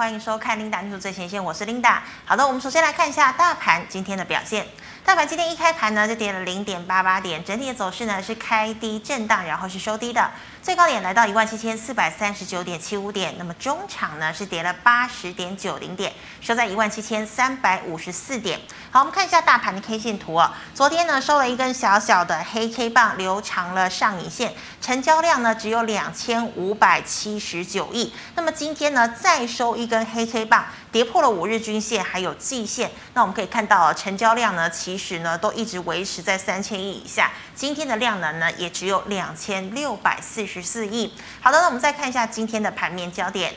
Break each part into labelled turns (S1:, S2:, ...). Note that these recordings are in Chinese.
S1: 欢迎收看 Linda 技术最前线，我是 Linda。好的，我们首先来看一下大盘今天的表现。大盘今天一开盘呢，就跌了零点八八点，整体的走势呢是开低震荡，然后是收低的，最高点来到一万七千四百三十九点七五点。那么中场呢是跌了八十点九零点，收在一万七千三百五十四点。好，我们看一下大盘的 K 线图哦。昨天呢收了一根小小的黑 K 棒，留长了上影线，成交量呢只有两千五百七十九亿。那么今天呢再收一根黑 K 棒，跌破了五日均线还有季线。那我们可以看到、哦、成交量呢其其实呢，都一直维持在三千亿以下。今天的量能呢，也只有两千六百四十四亿。好的，那我们再看一下今天的盘面焦点。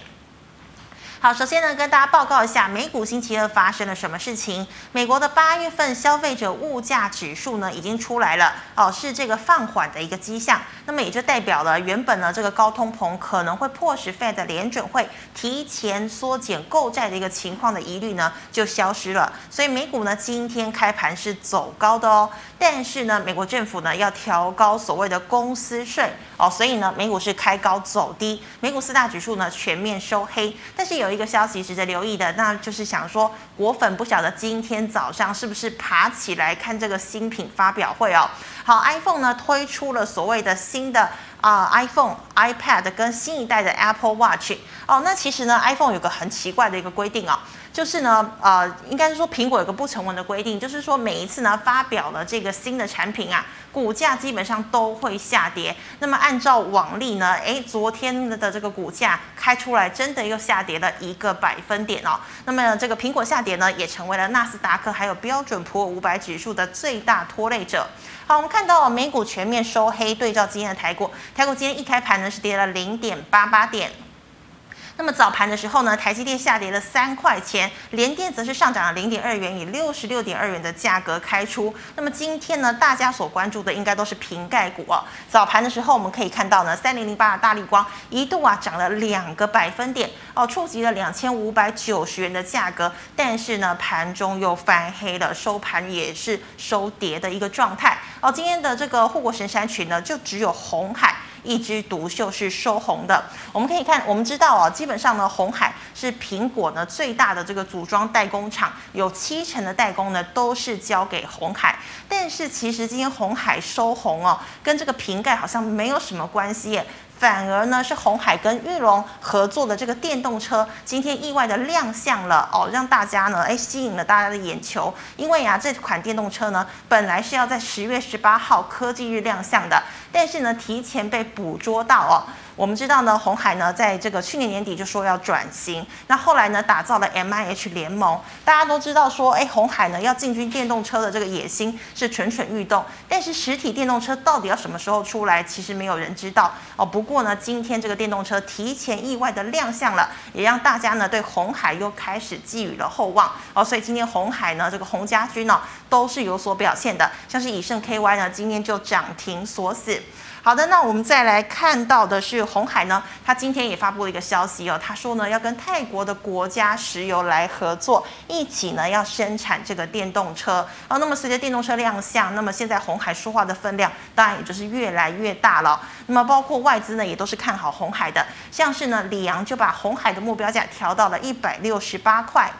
S1: 好，首先呢，跟大家报告一下美股星期二发生了什么事情。美国的八月份消费者物价指数呢，已经出来了，哦，是这个放缓的一个迹象。那么也就代表了原本呢，这个高通膨可能会迫使 Fed 联准会提前缩减购债的一个情况的疑虑呢，就消失了。所以美股呢，今天开盘是走高的哦。但是呢，美国政府呢要调高所谓的公司税哦，所以呢，美股是开高走低，美股四大指数呢全面收黑，但是有。一个消息值得留意的，那就是想说，果粉不晓得今天早上是不是爬起来看这个新品发表会哦。好，iPhone 呢推出了所谓的新的啊、呃、iPhone、iPad 跟新一代的 Apple Watch 哦。那其实呢，iPhone 有个很奇怪的一个规定哦，就是呢，呃，应该是说苹果有个不成文的规定，就是说每一次呢发表了这个新的产品啊，股价基本上都会下跌。那么按照往例呢，诶，昨天的这个股价开出来真的又下跌了。一个百分点哦，那么这个苹果下跌呢，也成为了纳斯达克还有标准普尔五百指数的最大拖累者。好，我们看到美股全面收黑，对照今天的台股，台股今天一开盘呢是跌了零点八八点。那么早盘的时候呢，台积电下跌了三块钱，联电则是上涨了零点二元，以六十六点二元的价格开出。那么今天呢，大家所关注的应该都是瓶盖股哦。早盘的时候，我们可以看到呢，三零零八的大力光一度啊涨了两个百分点哦，触及了两千五百九十元的价格，但是呢，盘中又翻黑了，收盘也是收跌的一个状态哦。今天的这个护国神山群呢，就只有红海。一枝独秀是收红的，我们可以看，我们知道哦，基本上呢，红海是苹果呢最大的这个组装代工厂，有七成的代工呢都是交给红海。但是其实今天红海收红哦，跟这个瓶盖好像没有什么关系耶。反而呢是红海跟玉龙合作的这个电动车，今天意外的亮相了哦，让大家呢哎吸引了大家的眼球，因为呀、啊、这款电动车呢本来是要在十月十八号科技日亮相的，但是呢提前被捕捉到哦。我们知道呢，红海呢，在这个去年年底就说要转型，那后来呢，打造了 M I H 联盟。大家都知道说，哎，红海呢要进军电动车的这个野心是蠢蠢欲动，但是实体电动车到底要什么时候出来，其实没有人知道哦。不过呢，今天这个电动车提前意外的亮相了，也让大家呢对红海又开始寄予了厚望哦。所以今天红海呢，这个红家军呢、哦、都是有所表现的，像是以盛 K Y 呢，今天就涨停锁死。好的，那我们再来看到的是红海呢，它今天也发布了一个消息哦，他说呢要跟泰国的国家石油来合作，一起呢要生产这个电动车哦。那么随着电动车亮相，那么现在红海说话的分量当然也就是越来越大了、哦。那么包括外资呢也都是看好红海的，像是呢里昂就把红海的目标价调到了一百六十八块。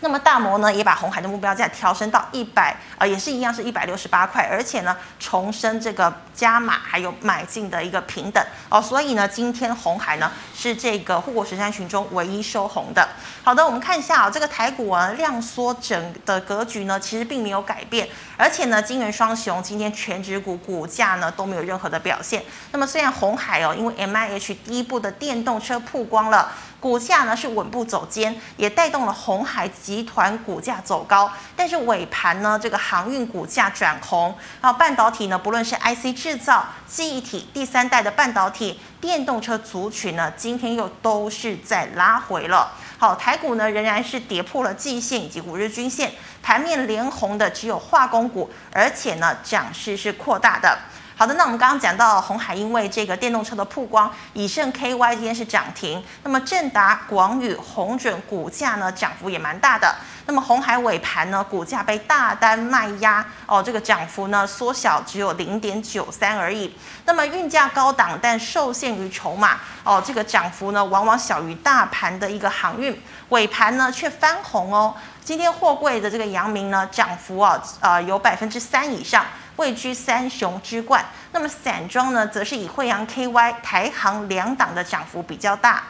S1: 那么大摩呢也把红海的目标价调升到一百，呃，也是一样是一百六十八块，而且呢重申这个加码还有买进的一个平等哦，所以呢今天红海呢是这个护国神山群中唯一收红的。好的，我们看一下啊、哦，这个台股啊量缩整的格局呢其实并没有改变，而且呢金元双雄今天全指股股价呢都没有任何的表现。那么虽然红海哦因为 M I H 第一部的电动车曝光了。股价呢是稳步走坚，也带动了红海集团股价走高。但是尾盘呢，这个航运股价转红。然后半导体呢，不论是 IC 制造、记忆体、第三代的半导体、电动车族群呢，今天又都是在拉回了。好，台股呢仍然是跌破了季线以及五日均线，盘面连红的只有化工股，而且呢涨势是扩大的。好的，那我们刚刚讲到红海，因为这个电动车的曝光，以盛 KY 今天是涨停，那么正达、广宇、红准股价呢涨幅也蛮大的。那么红海尾盘呢，股价被大单卖压哦，这个涨幅呢缩小只有零点九三而已。那么运价高档，但受限于筹码哦，这个涨幅呢往往小于大盘的一个航运，尾盘呢却翻红哦。今天货柜的这个阳明呢，涨幅啊呃有百分之三以上，位居三雄之冠。那么散装呢，则是以惠阳 KY、台航两档的涨幅比较大。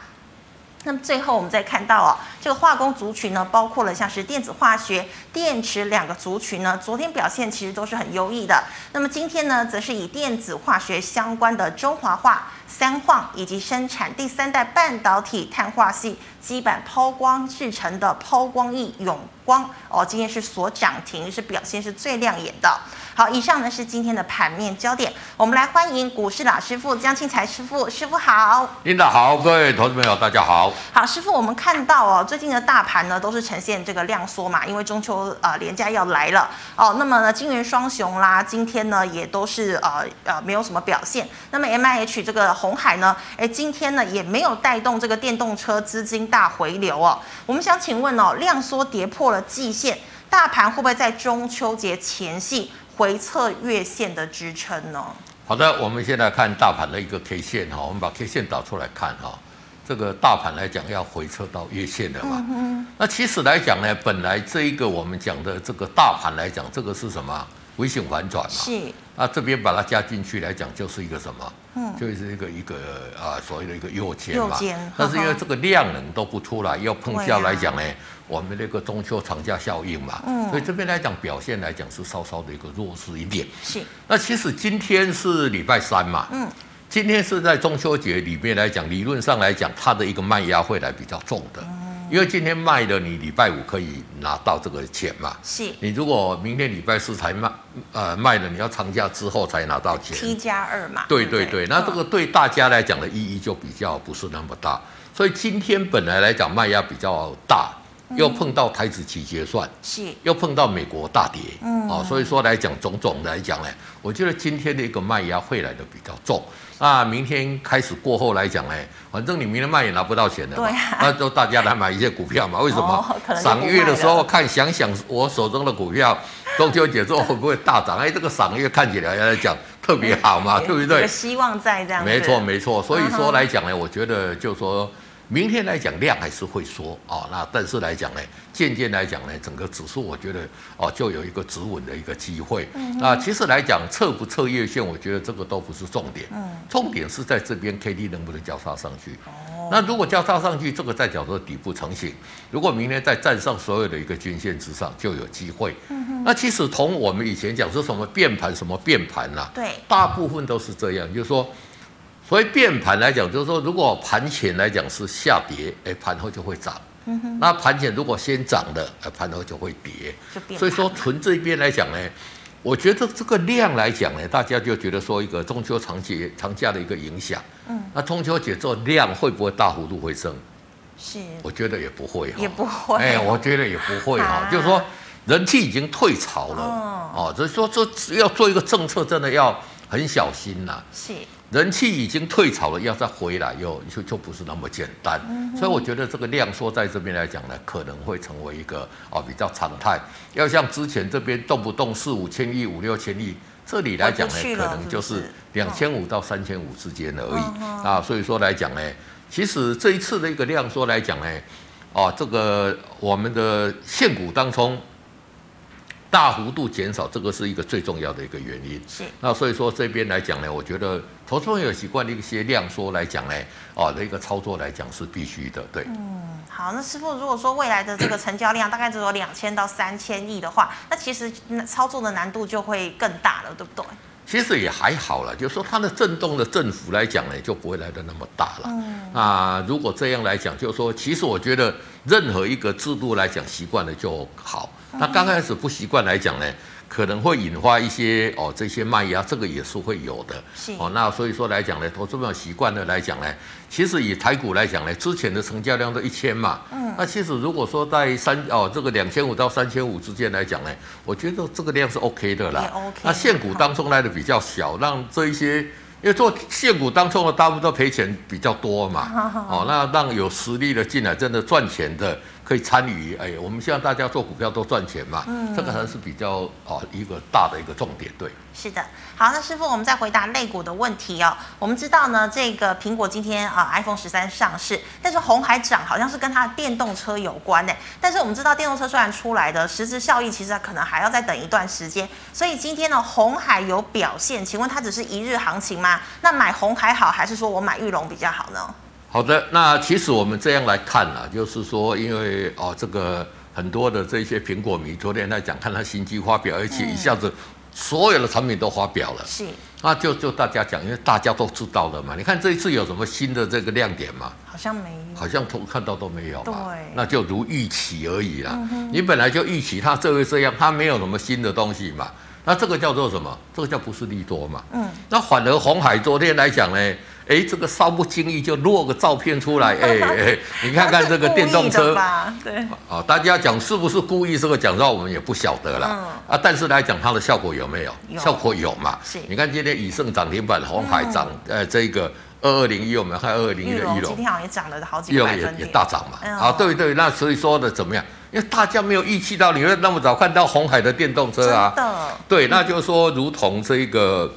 S1: 那么最后我们再看到啊，这个化工族群呢，包括了像是电子化学、电池两个族群呢，昨天表现其实都是很优异的。那么今天呢，则是以电子化学相关的中华化、三矿以及生产第三代半导体碳化系基板抛光制成的抛光翼永光哦，今天是所涨停，是表现是最亮眼的。好，以上呢是今天的盘面焦点，我们来欢迎股市老师傅江庆财师傅，师傅好。
S2: 领导好，各位投资朋友大家好。
S1: 好，师傅，我们看到哦，最近的大盘呢都是呈现这个量缩嘛，因为中秋呃连假要来了哦。那么呢，金元双雄啦，今天呢也都是呃呃没有什么表现。那么 M I H 这个红海呢，哎，今天呢也没有带动这个电动车资金大回流哦。我们想请问哦，量缩跌破了季线，大盘会不会在中秋节前夕回测月线的支撑呢？
S2: 好的，我们先来看大盘的一个 K 线哈，我们把 K 线打出来看哈。这个大盘来讲要回撤到月线的嘛，那其实来讲呢，本来这一个我们讲的这个大盘来讲，这个是什么？微型反转嘛。
S1: 是，
S2: 那这边把它加进去来讲，就是一个什么？就是一个一个啊，所谓的一个右肩
S1: 嗯右
S2: 嘛
S1: 肩呵呵。
S2: 但是因为这个量能都不出来，要碰下
S1: 对啊嗯
S2: 来讲呢，哎我们那个中秋长假效应嘛，所以这边来讲表现来讲是稍稍的一个弱势一点。
S1: 是，
S2: 那其实今天是礼拜三嘛，
S1: 嗯，
S2: 今天是在中秋节里面来讲，理论上来讲，它的一个卖压会来比较重的，因为今天卖了，你礼拜五可以拿到这个钱嘛。
S1: 是
S2: 你如果明天礼拜四才卖，呃，卖了，你要长假之后才拿到钱。
S1: T 加二嘛？
S2: 对
S1: 不嗯
S2: 对对，那这个对大家来讲的意义就比较不是那么大。所以今天本来来讲卖压比较大，又碰到台子期结算，
S1: 是
S2: 又碰到美国大跌，嗯，哦，所以说来讲种种来讲呢，我觉得今天的一个卖压会来的比较重。那明天开始过后来讲呢，反正你明天卖也拿不到钱的嘛，
S1: 对啊
S2: 那就大家来买一些股票嘛。为什
S1: 哦
S2: 么
S1: 可能？就不
S2: 赏、
S1: 卖
S2: 月的时
S1: 了
S2: 候看想想我手中的股票，中秋节之后会不会大涨？哎，这个赏月看起来来讲特别好嘛，啊对不
S1: 有
S2: 对
S1: 个？希望在这样子。
S2: 没错，没错。所以
S1: 嗯哼
S2: 说来讲呢，我觉得就说明天来讲量还是会缩啊、哦，那但是来讲呢，渐渐来讲呢，整个指数我觉得哦就有一个止稳的一个机会。
S1: 嗯
S2: 那其实来讲测不测月线，我觉得这个都不是重点，
S1: 嗯
S2: 重点是在这边 K D 能不能交叉上去。
S1: 哦
S2: 那如果交叉上去，这个再叫做底部成型。如果明天再站上所有的一个均线之上，就有机会。
S1: 嗯
S2: 那其实从我们以前讲说什么变盘，什么变盘啊啦、
S1: 对，
S2: 大部分都是这样，就是说，所以变盘来讲，就是说，如果盘前来讲是下跌，哎，盘后就会涨。
S1: 嗯
S2: 那盘前如果先涨的，哎，盘后就会跌。
S1: 就变盘
S2: 所以说，从这边来讲呢，我觉得这个量来讲呢，大家就觉得说一个中秋长节长假的一个影响。嗯，那中秋节之后量会不会大幅度回升？
S1: 是
S2: 我觉得也不会、哈。
S1: 也不会。
S2: 哎，我觉得也不会哈、
S1: 啊
S2: 就是说人气已经退潮了
S1: 哦
S2: 哦，所以说这要做一个政策，真的要很小心呐、
S1: 是
S2: 人气已经退潮了，要再回来又就就不是那么简单，
S1: 嗯
S2: 所以我觉得这个量缩在这边来讲呢，可能会成为一个啊、哦比较常态。要像之前这边动不动四五千亿、五六千亿，这里来讲呢
S1: 回不去，
S2: 可
S1: 了
S2: 能就是是
S1: 不是嗯
S2: 两千五到三千五之间而已、啊。所以说来讲呢，其实这一次的一个量缩来讲呢，哦，这个我们的现股当中大幅度减少，这个是一个最重要的一个原因。
S1: 是
S2: 那所以说这边来讲呢，我觉得投资朋友习惯的一些量缩来讲呢，哦的一个操作来讲是必须的，对。
S1: 嗯好。那师傅，如果说未来的这个成交量大概只有两千到三千亿的话，那其实那操作的难度就会更大了，对不对？
S2: 其实也还好了，就是说它的震动的振幅来讲呢，就不会来的那么大了。嗯，啊，如果这样来讲，就是说，其实我觉得任何一个制度来讲，习惯了就好。那刚开始不习惯来讲呢，可能会引发一些哦这些卖压，这个也是会有的。
S1: 是
S2: 哦，那所以说来讲呢，投资朋友习惯了来讲呢，其实以台股来讲呢，之前的成交量都一千嘛，嗯，那其实如果说在三哦这个两千五到三千五之间来讲呢，我觉得这个量是 OK 的啦。
S1: 也 OK，
S2: 那现股当中来的比较小，让这一些因为做现股当中的大部分都赔钱比较多嘛。哦，那让有实力的进来，真的赚钱的可以参与。哎，我们希望大家做股票都赚钱嘛，这个还是比较哦一个大的一个重点，对。
S1: 是的，好，那师傅，我们再回答类股的问题哦。我们知道呢，这个苹果今天啊、iPhone 十三上市，但是红海涨好像是跟它的电动车有关呢。但是我们知道，电动车虽然出来的实质效益，其实可能还要再等一段时间。所以今天呢，红海有表现，请问它只是一日行情吗？那买红海好，还是说我买玉龙比较好呢？
S2: 好的，那其实我们这样来看啊，就是说，因为哦，这个很多的这些苹果迷，昨天在讲看他新机发表，而且一下子所有的产品都发表了，
S1: 是，
S2: 那啊就就大家讲，因为大家都知道了嘛。你看这一次有什么新的这个亮点吗？
S1: 好像没有。
S2: 好像都看到都没有嘛
S1: 对，嗯
S2: 那就如预期而已啦。你本来就预期它这会这样，它没有什么新的东西嘛。那这个叫做什么？这个叫不是利多嘛。
S1: 嗯，
S2: 那反而红海昨天来讲呢，哎，这个稍不经意就落个照片出来，哎 哎，你看看这个电动
S1: 它是故意的
S2: 车
S1: 吧，对，
S2: 啊，大家讲是不是故意这个讲到我们也不晓得啦。啊，但是来讲它的效果有没有？
S1: 嗯有
S2: 效果有嘛？
S1: 是嗯
S2: 你看今天以盛涨停板，红海涨，呃，这个二二零一，我们看二二零一
S1: 玉
S2: 的
S1: 龙
S2: 一
S1: 今
S2: 龙。
S1: 天好像也涨了好几
S2: 一
S1: 个
S2: 龙
S1: 百
S2: 也
S1: 分
S2: 也
S1: 点，
S2: 大涨嘛，
S1: 哎呦
S2: 啊，对对，那所以说呢，怎么样？因为大家没有预期到你会那么早看到红海的电动
S1: 真
S2: 车啊，
S1: 的，
S2: 对，那就是说，如同这个，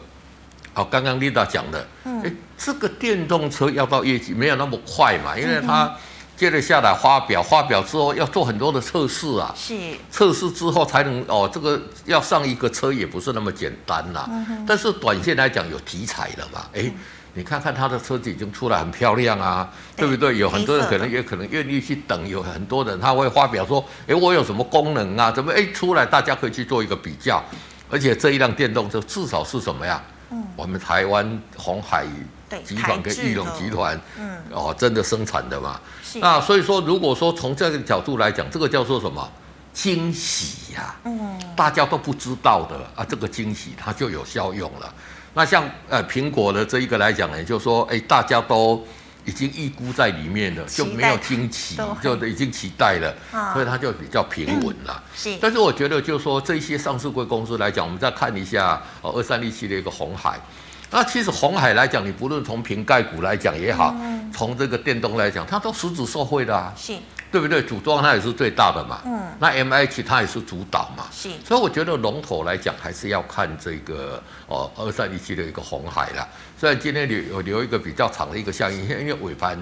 S2: 好、刚刚 Linda 讲的，嗯，这个电动车要到业绩没有那么快嘛，因为它接着下来发表，发表之后要做很多的测试啊，
S1: 是，
S2: 测试之后才能哦，这个要上一个车也不是那么简单啦。
S1: 嗯
S2: 但是短线来讲有题材了嘛，哎、你看看他的车子已经出来很漂亮啊，
S1: 对
S2: 对不对？有很多人
S1: 黑色
S2: 可
S1: 的
S2: 能也可能愿意去等，有很多人他会发表说，哎，我有什么功能啊？怎么哎出来大家可以去做一个比较，而且这一辆电动车至少是什么呀？我们台湾红海
S1: 嗯对
S2: 集团跟
S1: 台制
S2: 裕隆
S1: 的
S2: 集团，
S1: 嗯，
S2: 哦，真的生产的嘛。
S1: 是，
S2: 那所以说，如果说从这个角度来讲，这个叫做什么惊喜呀、
S1: 嗯，
S2: 大家都不知道的啊，这个惊喜它就有效用了。那像呃苹果的这一个来讲呢，就说哎大家都已经预估在里面了，
S1: 期
S2: 就
S1: 待
S2: 没有惊奇
S1: 都，
S2: 就已经期待了，
S1: 啊
S2: 所以它就比较平稳了。
S1: 是，
S2: 但是我觉得，就是说这些上市贵公司来讲，我们再看一下哦，二三一七的一个红海。那其实红海来讲，你不论从瓶盖股来讲也好，从这个电动来讲，它都实质受惠的啊，
S1: 是，
S2: 对不对？组装它也是最大的嘛，
S1: 嗯，
S2: 那 M H 它也是主导嘛，
S1: 是，
S2: 所以我觉得龙头来讲，还是要看这个哦二三一七的一个红海啦。虽然今天留有留一个比较长的一个下影线，因为尾盘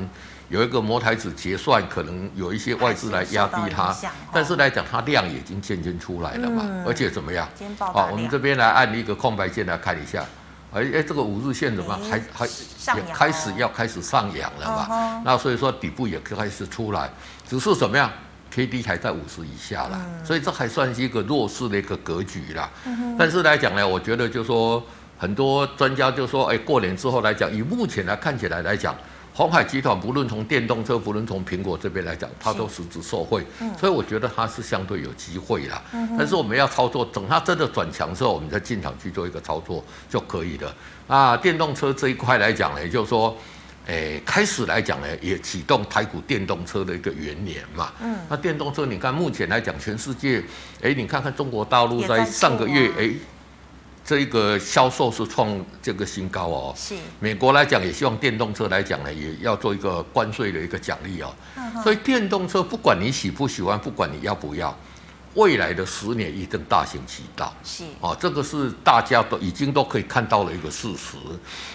S2: 有一个摩台指结算，可能有一些外资来压低
S1: 还是有受到
S2: 它
S1: 影响哦，
S2: 但是来讲它量已经渐渐出来了嘛，
S1: 嗯
S2: 而且怎么样？
S1: 今天爆大
S2: 啊，
S1: 量，
S2: 我们这边来按一个空白线来看一下。哎哎，这个五日线怎么样
S1: 哎
S2: 还还
S1: 上
S2: 也
S1: 扬
S2: 开
S1: 哦
S2: 始要开始上扬了嘛？
S1: 嗯哼
S2: 那所以说底部也开始出来，只是怎么样？K D 还在五十以下啦，
S1: 嗯
S2: 所以这还算是一个弱势的一个格局啦。但是来讲呢，我觉得就说很多专家就说，哎，过年之后来讲，以目前来看起来来讲，红海集团不论从电动车，不论从苹果这边来讲，它
S1: 是
S2: 都实质受惠，所以我觉得它是相对有机会啦。但是我们要操作，等它真的转强之后，我们再进场去做一个操作就可以了。那电动车这一块来讲呢，也就是说。诶，开始来讲呢，也启动台股电动车的一个元年嘛。嗯，那电动车，你看目前来讲，全世界，诶，你看看中国大陆
S1: 也在
S2: 在上个月
S1: 做，啊
S2: 诶，这个销售是创这个新高哦。
S1: 是，
S2: 美国来讲，也希望电动车来讲呢，也要做一个关税的一个奖励哦。
S1: 嗯
S2: 所以电动车，不管你喜不喜欢，不管你要不要，未来的十年一定大行其道。
S1: 是，
S2: 哦，这个是大家都已经都可以看到了一个事实。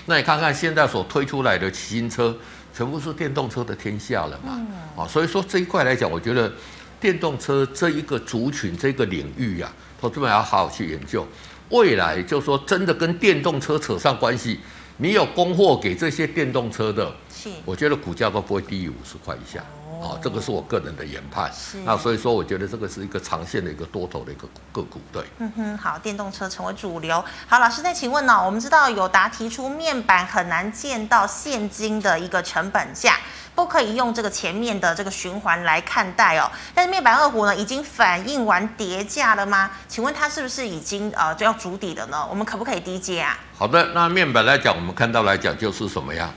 S2: 那你看看现在所推出来的新车，全部是电动车的天下了嘛？啊、所以说这一块来讲，我觉得电动车这一个族群这个领域啊，投资们要好好去研究。未来就说真的跟电动车扯上关系，你有供货给这些电动车的，
S1: 是，
S2: 我觉得股价都不会低于五十块以下。啊、这个是我个人的研判
S1: 是。
S2: 那所以说，我觉得这个是一个长线的一个多头的一个个股，对。
S1: 嗯哼，好，电动车成为主流。好，老师，再请问呢、我们知道友达提出面板很难见到现金的一个成本价，不可以用这个前面的这个循环来看待哦。但是面板二股呢，已经反映完跌价了吗？请问它是不是已经呃就要筑底了呢？我们可不可以低接啊？
S2: 好的，那面板来讲，我们看到来讲就是什么呀？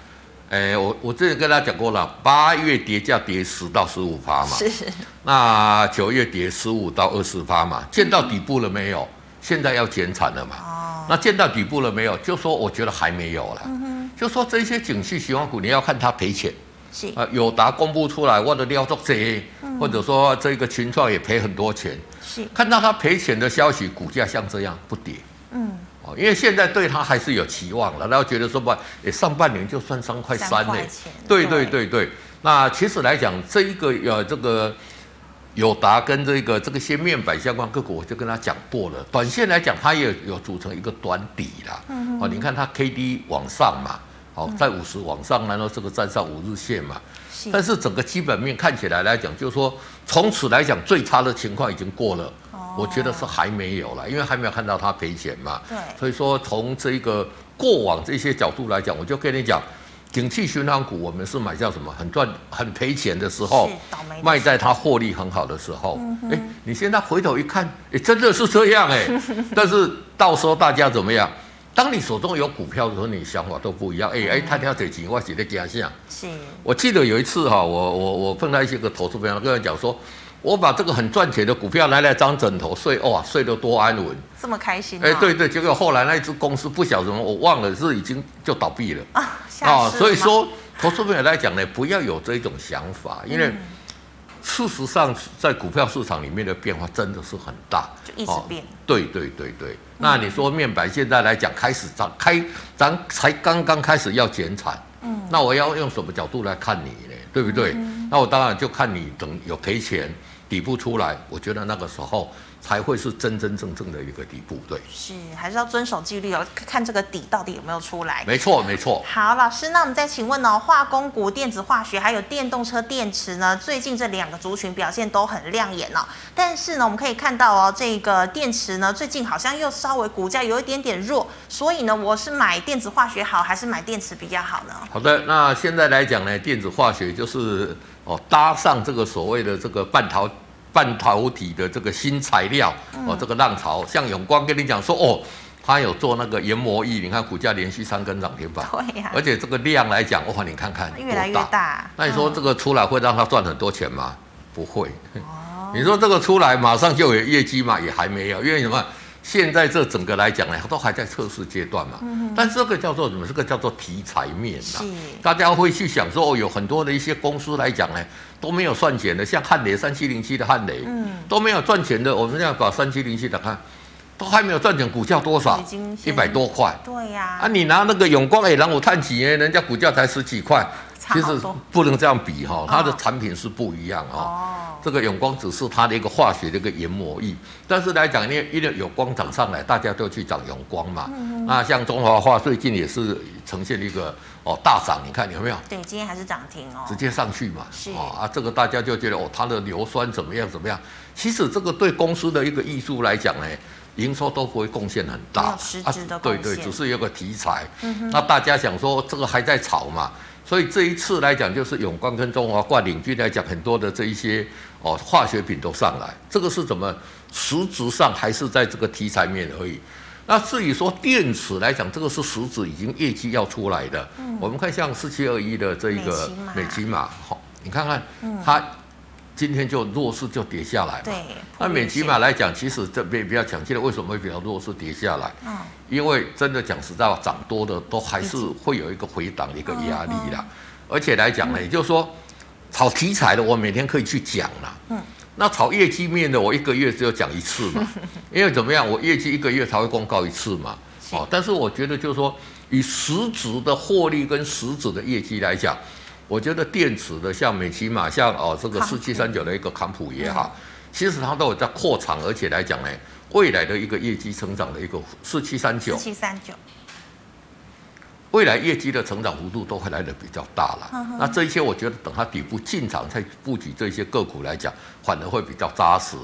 S2: 哎，我我之前跟大家讲过了，八月跌价跌十到十五趴嘛，
S1: 是
S2: 那九月跌十五到二十趴嘛，见到底部了没有？现在要减产了嘛？
S1: 嗯哦，嗯
S2: 那见到底部了没有？就说我觉得还没有啦。就说这些景气循环股，你要看它赔钱
S1: 是
S2: 啊、呃友达公布出来，我的料做贼，
S1: 嗯
S2: 或者说这个群创也赔很多钱，
S1: 是，
S2: 看到它赔钱的消息，股价像这样不跌
S1: 嗯，
S2: 哦，因为现在对它还是有期望了，然后觉得说不，诶上半年就算三块
S1: 三
S2: 三呢
S1: 块钱，
S2: 对对对对。那其实来讲，这一个呃这个。友达跟这个这个些面板相关个股，我就跟他讲过了。短线来讲，它也有组成一个短底啦。
S1: 嗯
S2: 哦，你看它 K D 往上嘛，哦，在五十往上，然后这个站上五日线嘛。
S1: 是
S2: 但是整个基本面看起来来讲，就是说从此来讲最差的情况已经过了，
S1: 哦
S2: 我觉得是还没有了，因为还没有看到它赔钱嘛。
S1: 对
S2: 所以说从这个过往这些角度来讲，我就跟你讲，景气循环股我们是买叫什么很赚很赔钱的时候
S1: 是，嗯倒霉的
S2: 哦卖在它获利很好的时候。哎、你现在回头一看，哎，真的是这样哎、 但是到时候大家怎么样？当你手中有股票的时候，你想法都不一样。
S1: 嗯
S2: 哎哎，他要这钱，我写在加下。
S1: 是
S2: 我记得有一次哈、我我我碰到一些个投资朋友跟我讲说，我把这个很赚钱的股票拿来当枕头睡，哇，睡得多安稳。
S1: 这么开心、哦，
S2: 哎、对对，结果后来那一只公司不晓得什么，我忘了是已经就倒闭了
S1: 啊，吓死了
S2: 哦所以
S1: 吗嗯
S2: 说投资朋友来讲呢，不要有这种想法，因为事实上在股票市场里面的变化真的是很大，哦
S1: 就一直变嗯
S2: 对对对对，那你说面板现在来讲开始涨，开咱才刚刚开始要减产，嗯，那我要用什么角度来看你呢？对不对？
S1: 嗯
S2: 那我当然就看你等有赔钱底部出来，我觉得那个时候才会是真真正正的一个底部，对。
S1: 是还是要遵守纪律哦，看看这个底到底有没有出来。
S2: 没错，没错。
S1: 好，老师，那我们再请问哦，化工股、电子化学还有电动车电池呢，最近这两个族群表现都很亮眼哦。但是呢，我们可以看到哦，这个电池呢，最近好像又稍微股价有一点点弱，所以呢，我是买电子化学好，还是买电池比较好呢？
S2: 好的，那现在来讲呢，电子化学就是哦搭上这个所谓的这个半导半导体的这个新材料
S1: 嗯
S2: 哦这个浪潮，像永光跟你讲说哦，他有做那个研磨液，你看股价连续三根涨停板，
S1: 对呀、
S2: 而且这个量来讲，哇，你看看
S1: 越来越
S2: 多
S1: 大。
S2: 那你说这个出来会让他赚很多钱吗？不会。
S1: 哦
S2: 你说这个出来马上就有业绩嘛？也还没有，因为什么？现在这整个来讲呢，都还在测试阶段嘛。但是这个叫做什么？这个叫做题材面呐、
S1: 嗯是
S2: 大家会去想说，哦，有很多的一些公司来讲呢，都没有赚钱的，像汉雷三七零七的汉雷，
S1: 嗯
S2: 都没有赚钱的。我们现在把三七零七的看，都还没有赚钱，股价多少
S1: 已经？
S2: 一
S1: 先
S2: 百多块。
S1: 对呀、
S2: 啊，你拿那个永光诶，让我探几耶，人家股价才十几块，
S1: 差
S2: 其
S1: 好
S2: 实
S1: 多
S2: 不能这样比哈、它的产品是不一样哦。
S1: 哦，
S2: 这个永光只是它的一个化学的一个研磨液，但是来讲，因为因为有光涨上来，大家都去涨永光嘛。
S1: 嗯
S2: 那像中华化最近也是呈现一个哦大涨，你看有没有？
S1: 对，今天还是涨停哦
S2: 直。接上去嘛，
S1: 是
S2: 哦、啊，这个大家就觉得哦，它的硫酸怎么样怎么样？其实这个对公司的一个益处来讲呢，营收都不会贡献很
S1: 没
S2: 大啊
S1: 有，实质的贡
S2: 对
S1: 献
S2: 对，只是有个题材。那大家想说这个还在炒嘛，所以这一次来讲，就是永光跟中华冠领军来讲，很多的这一些哦化学品都上来，这个是怎么实质上还是在这个题材面而已。那至于说电池来讲，这个是实质已经业绩要出来的。我们看像四七二一的这一个
S1: 美
S2: 美
S1: 琪
S2: 琪玛，好，你看看、它今天就弱势就跌下来嘛。
S1: 对，
S2: 那美琪玛来讲，其实这边比较强，现在为什么会比较弱势跌下来？
S1: 嗯，
S2: 因为真的讲实在话，涨多的都还是会有一个回档的一个压力
S1: 嗯
S2: 啦。而且来讲呢，也就是说，炒题材的我每天可以去讲啦。嗯。那炒业绩面的，我一个月只有讲一次 嘛，因为怎么样，我业绩一个月才会公告一次嘛。
S1: 是
S2: 哦，但是我觉得就是说，以实质的获利跟实质的业绩来讲，我觉得电池的像美琪玛，像哦这个
S1: 康普
S2: 四七三九的一个康普也好，其实它都有在扩产，而且来讲呢，未来的一个业绩成长的一个四七三九
S1: 四，七三九
S2: 未来业绩的成长幅度都会来的比较大了。那这一些我觉得等它底部进场再布局这些个股来讲，反而会比较扎实。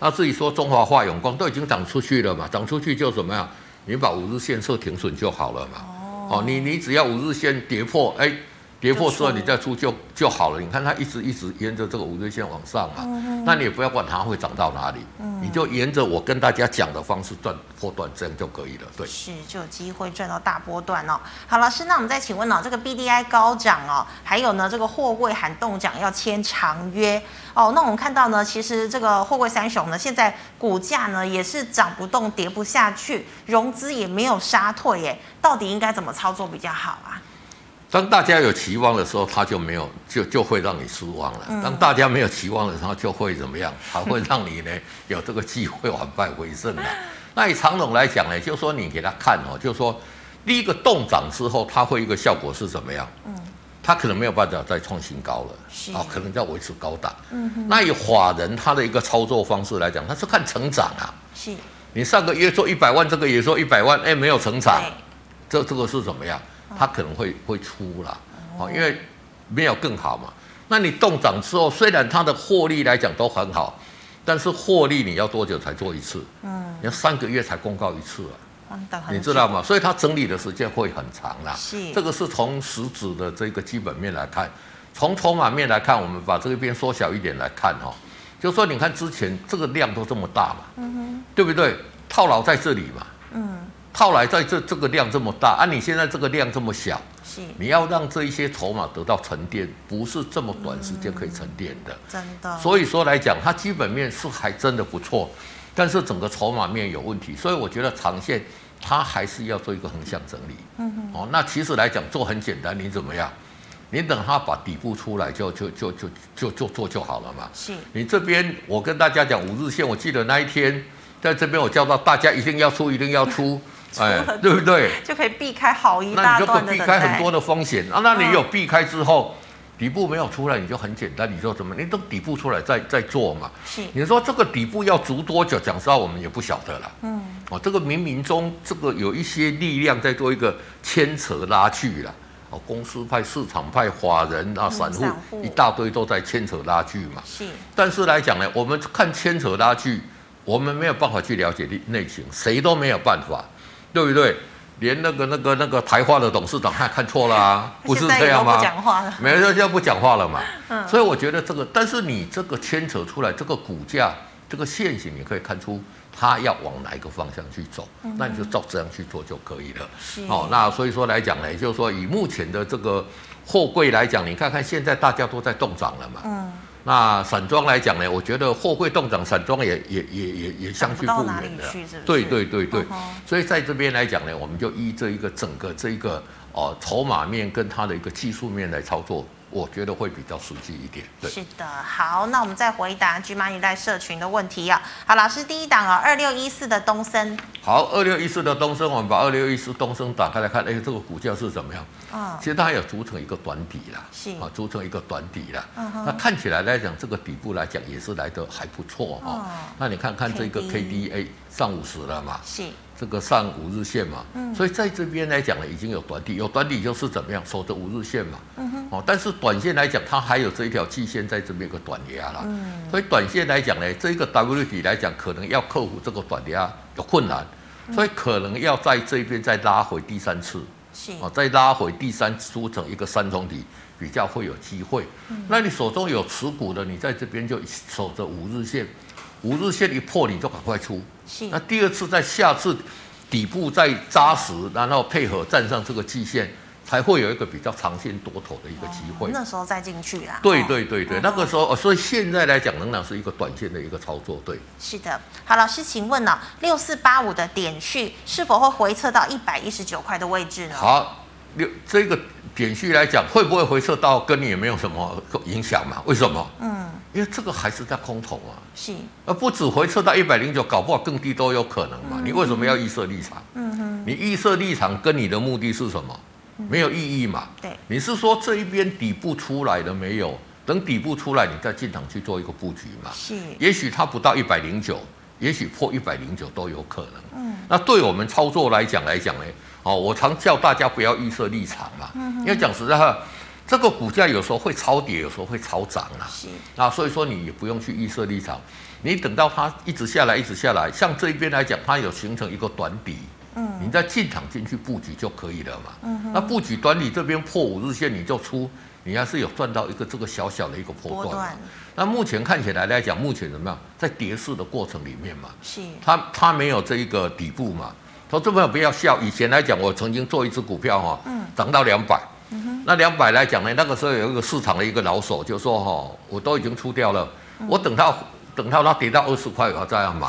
S2: 那至于说中华化永光都已经涨出去了嘛，涨出去就怎么样？你把五日线设停损就好了嘛。哦，你你只要五日线跌破，哎，跌破之后
S1: 就出
S2: 你再出就就好了。你看它一直一直沿着这个五日线往上嘛，那你也不要管它会涨到哪里，你就沿着我跟大家讲的方式赚破段，这样就可以了。对，
S1: 是就有机会赚到大波段哦。好，老师，那我们再请问哦，这个 B D I 高涨哦，还有呢，这个货柜喊动涨要签长约哦。那我们看到呢，其实这个货柜三雄呢，现在股价呢也是涨不动、跌不下去，融资也没有杀退耶，到底应该怎么操作比较好啊？
S2: 当大家有期望的时候，它就没有就就会让你失望了。当大家没有期望的时候，就会怎么样？它会让你呢有这个机会反败为胜了。那以长总来讲呢，就说你给他看哦，就说第一个动涨之后，它会一个效果是怎么样？它可能没有办法再创新高
S1: 是
S2: 了，啊、可能在维持高档。那以法人他的一个操作方式来讲，他是看成长啊。
S1: 是，
S2: 你上个月做一百万，这个也做一百万，哎，没有成长，
S1: 对，
S2: 这这个是怎么样？它可能会会出啦，哦，因为没有更好嘛。那你动涨之后，虽然它的获利来讲都很好，但是获利你要多久才做一次？嗯，你要三个月才公告一次啊，
S1: 嗯等很
S2: 你
S1: 久
S2: 知道吗？所以它整理的时间会很长啦。
S1: 是
S2: 这个是从实质的这个基本面来看，从筹码面来看，我们把这边缩小一点来看哦，就说你看之前这个量都这么大嘛，对不对？套牢在这里嘛，
S1: 嗯，
S2: 套来在这这个量这么大，啊，你现在这个量这么小，
S1: 是
S2: 你要让这一些筹码得到沉淀，不是这么短时间可以沉淀的。
S1: 真的，
S2: 所以说来讲，它基本面是还真的不错，但是整个筹码面有问题，所以我觉得长线它还是要做一个横向整理。嗯哦，那其实来讲做很简单，你怎么样？你等它把底部出来就就就就就就做就好了嘛。
S1: 是
S2: 你这边我跟大家讲五日线，我记得那一天在这边我叫到大家一定要出，一定要 出，哎，对不对？
S1: 就可以避开好一
S2: 那
S1: 大
S2: 你就可
S1: 段的
S2: 避
S1: 等
S2: 开很
S1: 待嗯
S2: 多，的风险啊。那你有避开之后，底部没有出来，你就很简单，你就怎么，你等底部出来再再做嘛。
S1: 是
S2: 你说这个底部要足多久？讲实话，我们也不晓得了。嗯，哦，这个冥冥中这个有一些力量在做一个牵扯拉锯了。哦，公司派、市场派、法人啊、散户
S1: 嗯散户
S2: 一大堆都在牵扯拉锯嘛。
S1: 是
S2: 但是来讲呢，我们看牵扯拉锯，我们没有办法去了解内内情，谁都没有办法，对不对？连那个那个那个台化的董事长他看错 了啊，不是
S1: 现在
S2: 这
S1: 也
S2: 样
S1: 都
S2: 吗
S1: 不？讲话嗯了，
S2: 没有，现在不讲话了嘛。所以我觉得这个，但是你这个牵扯出来这个股价这个现形，你可以看出它要往哪一个方向去走，那你就照这样去做就可以了。
S1: 嗯是
S2: 哦，那所以说来讲呢，就是说以目前的这个货柜来讲，你看看现在大家都在动涨了嘛。
S1: 嗯，
S2: 那散装来讲呢，我觉得货柜动涨，散装也也也也也相去
S1: 涨不到
S2: 不
S1: 哪里
S2: 远的。
S1: 去是不是
S2: 对对对对
S1: 嗯哼
S2: 所以在这边来讲呢，我们就依这一个整个这一个哦筹码面跟它的一个技术面来操作，我觉得会比较实际一点。对。
S1: 是的，好，那我们再回答 G Money 赖社群的问题啊。好，老师第一档啊，二六一四的东森，
S2: 好，二六一四的东升，我们把二六一四东升打开来看，哎，这个股价是怎么样？
S1: 嗯
S2: 其，实它有组成一个短底啦，
S1: 是嗯
S2: 啊，组成一个短底啦。那看起来来讲，这个底部来讲也是来的还不错哈、哦
S1: 嗯
S2: 那你看看这个
S1: KD
S2: KDA 上五十了嘛，
S1: 是
S2: 这个上五日线嘛，所以在这边来讲呢，已经有短底，有短底就是怎么样守着五日线嘛，哦，但是短线来讲，它还有这一条季线在这边有个短压啦，所以短线来讲呢，这个 W 底来讲，可能要克服这个短压有困难，所以可能要在这边再拉回第三次，
S1: 是
S2: 哦，再拉回第三组成一个三重底，比较会有机会。那你手中有持股的，你在这边就守着五日线，五日线一破你就赶快出。
S1: 是
S2: 那第二次在下次底部再扎实，然后配合站上这个季线，才会有一个比较长线多头的一个机会。
S1: 那时候再进去啦。
S2: 对
S1: 哦
S2: 对对对，那个时候，哦所以现在来讲仍然是一个短线的一个操作，对。
S1: 是的。好，老师，请问呢、哦六四八五的点序是否会回撤到一百一十九块的位置呢？
S2: 好，六这个点序来讲，会不会回撤到跟你也没有什么影响嘛？为什么？
S1: 嗯，
S2: 因为这个还是在空头啊，
S1: 是
S2: 而不止回撤到一百零九，搞不好更低都有可能
S1: 嗯
S2: 嘛。你为什么要预设立场？嗯哼，你预设立场跟你的目的是什么？没有意义嘛。
S1: 嗯对
S2: 你是说这一边底部出来了没有？等底部出来，你再进场去做一个布局嘛。
S1: 是
S2: 也许它不到一百零九，也许破一百零九都有可能。
S1: 嗯，
S2: 那对我们操作来讲来讲呢，哦，我常叫大家不要预设立场嘛，
S1: 嗯
S2: 因为讲实在话，这个股价有时候会超跌，有时候会超涨啊。
S1: 是
S2: 那所以说你也不用去预设立场，你等到它一直下来，一直下来，像这一边来讲，它有形成一个短底，
S1: 嗯
S2: 你在进场进去布局就可以了嘛。
S1: 嗯哼
S2: 那布局端你这边破五日线你就出，你还是有赚到一个这个小小的一个波
S1: 波
S2: 段嘛
S1: 段。
S2: 那目前看起来来讲，目前怎么样，在跌势的过程里面嘛，
S1: 是，
S2: 它它没有这一个底部嘛。投资朋友不要笑，以前来讲，我曾经做一只股票哈、
S1: 嗯
S2: 涨到两百、那两百来讲呢，那个时候有一个市场的一个老手就说哈、我都已经出掉了，我等到等到它跌到二十块，我再要买。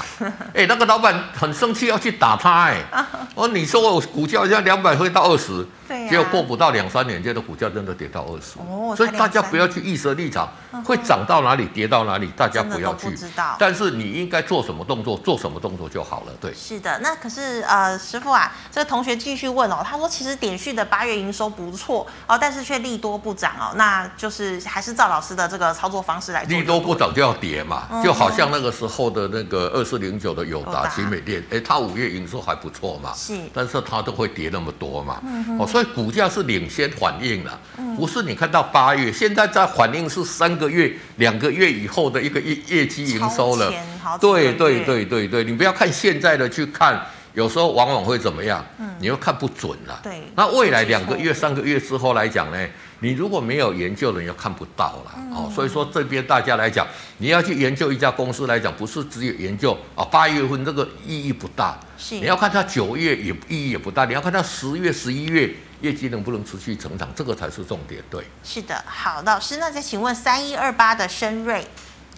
S2: 哎、那个老板很生气要去打他哎、我说你说我股价现在两百会到二十、
S1: 对呀
S2: 结果过不到两三年，这个股价真的跌到二十、
S1: 哦
S2: 所以
S1: 才
S2: 大家
S1: 两三
S2: 不要去预设立场，会涨到哪里跌到哪里，大家
S1: 真的
S2: 不要
S1: 都不
S2: 去。
S1: 知道
S2: 但是你应该做什么动作，做什么动作就好了。对，
S1: 是的，那可是呃，师傅啊，这个同学继续问哦，他说其实点序的八月营收不错哦，但是却利多不涨哦，那就是还是照老师的这个操作方式来做。
S2: 利多不涨就要跌嘛，
S1: 嗯
S2: 就好像那个时候的那个二四零九的友
S1: 友
S2: 达
S1: 达
S2: 集美店，哎，它五月营收还不错嘛，
S1: 是嗯
S2: 但是它都会跌那么多嘛，哦，所以股价是领先反应了，不是你看到八月，现在在反应是三个月、两个月以后的一个业业绩营收
S1: 超
S2: 了
S1: 前好，几个
S2: 对
S1: 月
S2: 对对对对，你不要看现在的去看。有时候往往会怎么样？你又看不准了、
S1: 对
S2: 那未来两
S1: 没
S2: 个
S1: 错
S2: 月、三个月之后来讲呢，你如果没有研究的，你又看不到了、哦。所以说这边大家来讲，你要去研究一家公司来讲，不是只有研究啊，八、月份这个意义不大，
S1: 是
S2: 你要看它九月也意义也不大，你要看它十月、十一月业绩能不能持续成长，这个才是重点。对，
S1: 是的，好，老师，那再请问三一二八的深瑞，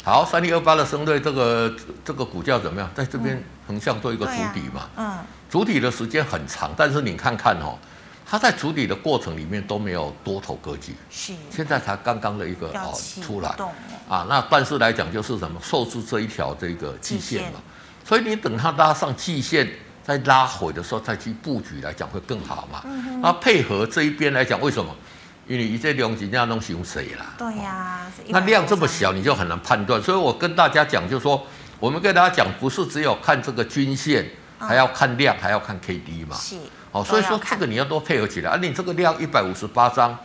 S2: 好，三零二八的升瑞这个这个股价怎么样？在这边横向做一个主
S1: 对啊
S2: 底嘛，
S1: 嗯，
S2: 主体的时间很长，但是你看看哦，它在主体的过程里面都没有多头格局，
S1: 是
S2: 现在才刚刚的一个
S1: 要
S2: 哦
S1: 启
S2: 出来
S1: 动哦，
S2: 啊，那但是来讲就是什么受制这一条这个季线
S1: 季
S2: 嘛，所以你等它拉上季线再拉回的时候再去布局来讲会更好嘛。
S1: 嗯
S2: 那配合这一边来讲，为什么？因为一这两斤量弄熊谁啦？
S1: 对呀、
S2: 那量这么
S1: 小，
S2: 小，你就很难判断。所以我跟大家讲，就是说，我们跟大家讲，不是只有看这个均线，
S1: 嗯
S2: 还要看量，还要看 K D 嘛。
S1: 是
S2: 哦，所以
S1: 都要
S2: 说这
S1: 看
S2: 个你要多配合起来。啊，你这个量一百五十八张，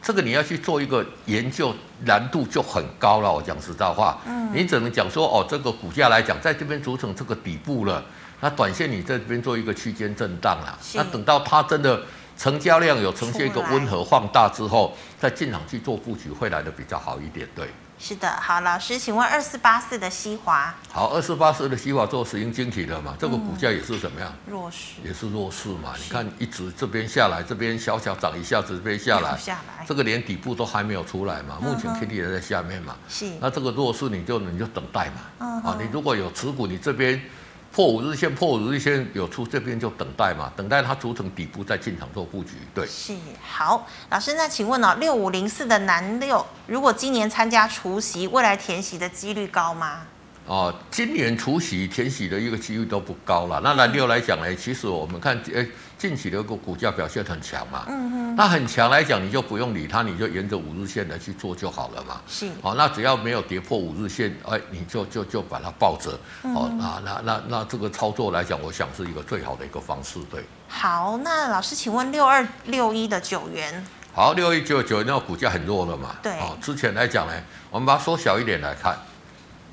S2: 这个你要去做一个研究，难度就很高了。我讲实在话，嗯，你只能讲说哦，这个股价来讲，在这边组成这个底部了，那短线你这边做一个区间震荡啦。
S1: 是
S2: 那等到它真的成交量有呈现一个
S1: 出来
S2: 温和放大之后，再进场去做布局，会来的比较好一点。对。
S1: 是的，好，老师，请问二四八四的西华
S2: 好，二四八四的西华做石英晶体的嘛，这个股价也是怎么样？
S1: 弱势
S2: 也是弱势嘛。你
S1: 是
S2: 看一直这边下来，这边小小涨一下子，这边下来
S1: 掉，下来
S2: 这个连底部都还没有出来嘛，目前
S1: 嗯哼
S2: K D 也在下面嘛，
S1: 是
S2: 那这个弱势你就你就等待嘛，
S1: 嗯
S2: 啊
S1: 哼，
S2: 你如果有持股，你这边破五日线、破五日线有出，这边就等待嘛，等待它组成底部再进场做布局，对。
S1: 是好，老师，那请问哦，六五零四的南六，如果今年参加除夕，未来填息的几率高吗？
S2: 哦，今年除夕填息的一个机率都不高了。
S1: 嗯
S2: 那蓝六来讲呢，其实我们看，呃，近期的一个股价表现很强嘛，嗯嗯，那很强来讲，你就不用理它，你就沿着五日线来去做就好了嘛。
S1: 是
S2: 好、那只要没有跌破五日线，哎，你就就就把它抱着。
S1: 嗯
S2: 哦，那那那那这个操作来讲，我想是一个最好的一个方式，对。
S1: 好，那老师，请问六二六一的九元
S2: 好，六一九九那个股价很弱了嘛？
S1: 对
S2: 哦，之前来讲呢，我们把它缩小一点来看。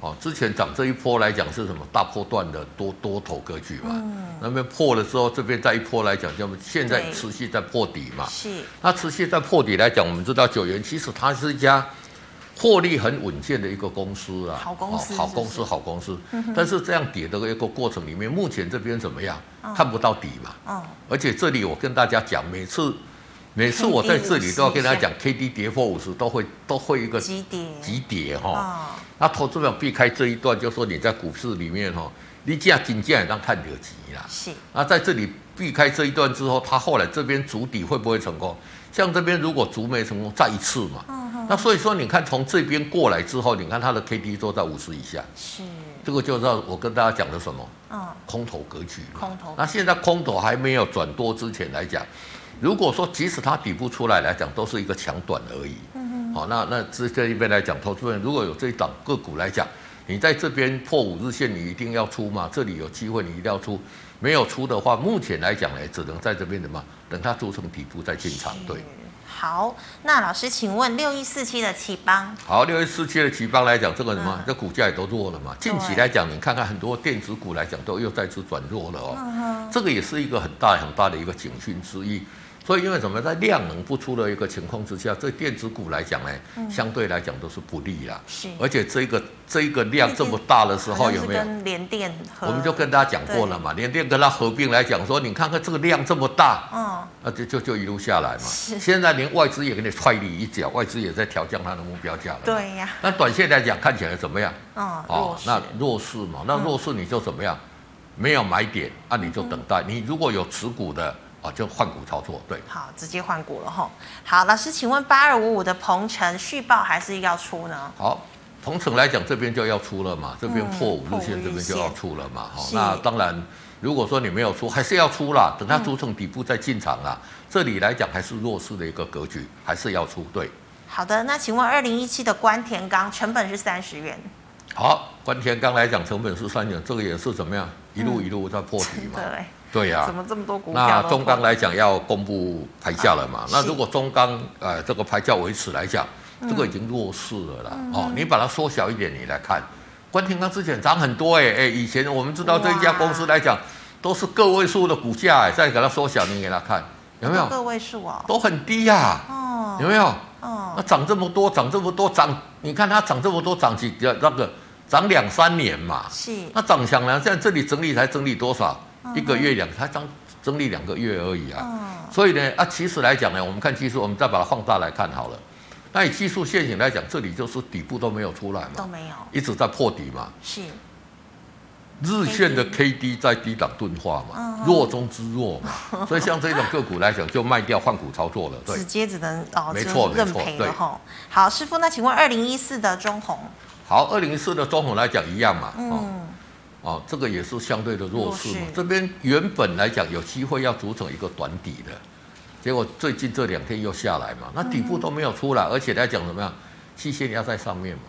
S2: 哦，之前涨这一波来讲是什么大波段的多多头格局嘛？那边破了之后，这边再一波来讲，就现在
S1: 嗯对
S2: 持续在破底嘛。
S1: 是
S2: 那持续在破底来讲，我们知道九元其实它是一家获利很稳健的一个公司啊，
S1: 好公司
S2: 哦好
S1: 是不
S2: 公
S1: 是嗯
S2: 司，好公司。但是这样跌的一个过程里面，目前这边怎么样？
S1: 嗯
S2: 看不到底嘛。
S1: 嗯，
S2: 而且这里我跟大家讲，每次每次
S1: KD
S2: 我在这里都要跟大家讲，K D 跌破五十都会都会一个
S1: 几点？
S2: 急跌哈。
S1: 啊、
S2: 那投资者避开这一段，就说你在股市里面哈，你这样紧接着让看得急啦。
S1: 是
S2: 那在这里避开这一段之后，它后来这边筑底会不会成功？像这边如果筑没成功，再一次嘛。
S1: 嗯
S2: 那所以说，你看从这边过来之后，你看它的 K D 都在五十以下，
S1: 是，
S2: 这个就知道我跟大家讲的什么。
S1: 嗯，
S2: 空头格局嘛。
S1: 空头
S2: 那现在空头还没有转多之前来讲，如果说即使它底部出来来讲，都是一个强短而已。嗯好，那那这这一边来讲，投资人如果有这一档个股来讲，你在这边破五日线，你一定要出嘛？这里有机会，你一定要出。没有出的话，目前来讲呢，只能在这边怎么样等它做成底部再进场
S1: 是。
S2: 对，
S1: 好，那老师，请问六一四七的启邦，
S2: 好，六一四七的奇邦来讲，这个什么
S1: 嗯，
S2: 这股价也都弱了嘛。近期来讲，你看看很多电子股来讲，都又再次转弱了哦。
S1: 嗯
S2: 这个也是一个很大很大的一个警讯之一。所以，因为什么，在量能不出的一个情况之下，这电子股来讲呢，相对来讲都是不利啦。
S1: 嗯是，
S2: 而且这个这一个量这么大的哎时
S1: 好
S2: 候，
S1: 像
S2: 有
S1: 是
S2: 没有？
S1: 跟联电合？
S2: 我们就跟大家讲过了嘛，联电跟它合并来讲说，你看看这个量这么大，
S1: 嗯，
S2: 啊，就就就一路下来嘛。
S1: 是
S2: 现在连外资也给你踹你一脚，外资也在调降它的目标价了。。
S1: 对呀，
S2: 那短线来讲看起来怎么样？
S1: 嗯，弱势，
S2: 哦
S1: 嗯
S2: 那弱势嘛，那弱势你就怎么样？没有买点啊，你就等待。你如果有持股的啊，就换股操作。对，
S1: 好，直接换股了吼。好，老师，请问八二五五的鹏程续报还是要出呢？
S2: 好。同城来讲，这边就要出了嘛，这边
S1: 嗯
S2: 破五日
S1: 破五
S2: 线
S1: 日
S2: 这边就
S1: 线
S2: 要出了嘛。好、
S1: 是嗯
S2: 那当然，如果说你没有出，还是要出啦，等它组成底部再进场啦。这里来讲还是弱势的一个格局，还是要出。对，
S1: 好的，那请问二零一七的关田钢成本是三十元，
S2: 好，关田刚来讲成本是三元，这个也是怎么样，一
S1: 嗯
S2: 路一路在破底嘛。
S1: 对，
S2: 对呀、
S1: 怎么这么多股票
S2: 那
S1: 都
S2: 中钢来讲要公布牌价了嘛？
S1: 是
S2: 那如果中钢呃这个牌价维持来讲，这个已经弱势了啦。
S1: 嗯
S2: 哦，你把它缩小一点，你来看，关天钢之前涨很多哎、哎、以前我们知道这一家
S1: 哇
S2: 公司来讲都是个位数的股价哎、再给它缩小，你给它看有没有
S1: 都个位数哦？
S2: 都很低呀、
S1: 哦，
S2: 有没有？那
S1: 哦，
S2: 涨这么多，涨这么多，涨你看它涨这么多，涨几那个涨两三年嘛，
S1: 是，
S2: 那涨翔呢，在这里整理才整理多少？一个月两，才涨整理两个月而已啊。
S1: 嗯，
S2: 所以呢，啊，其实来讲呢，我们看技术，我们再把它放大来看好了。那以技术线型来讲，这里就是底部都没有出来
S1: 都
S2: 嘛，
S1: 没有，
S2: 一直在破底嘛。
S1: 是，
S2: 日线的 K D 在低档钝化嘛
S1: 嗯，
S2: 弱中之 弱嘛。所以像这种个股来讲，就卖掉换股操作了。对
S1: 直，接只能哦，
S2: 没
S1: 只
S2: 错
S1: 能
S2: 没
S1: 认
S2: 错
S1: 赔
S2: 对
S1: 了吼。好，师傅，那请问二零一四的中红，
S2: 好，二零四的中红来讲一样嘛，哦。
S1: 嗯，
S2: 哦，这个也是相对的弱势嘛
S1: 弱势。
S2: 这边原本来讲有机会要组成一个短底的，结果最近这两天又下来嘛，那底部都没有出来，而且来讲怎么样，期限压在上面嘛，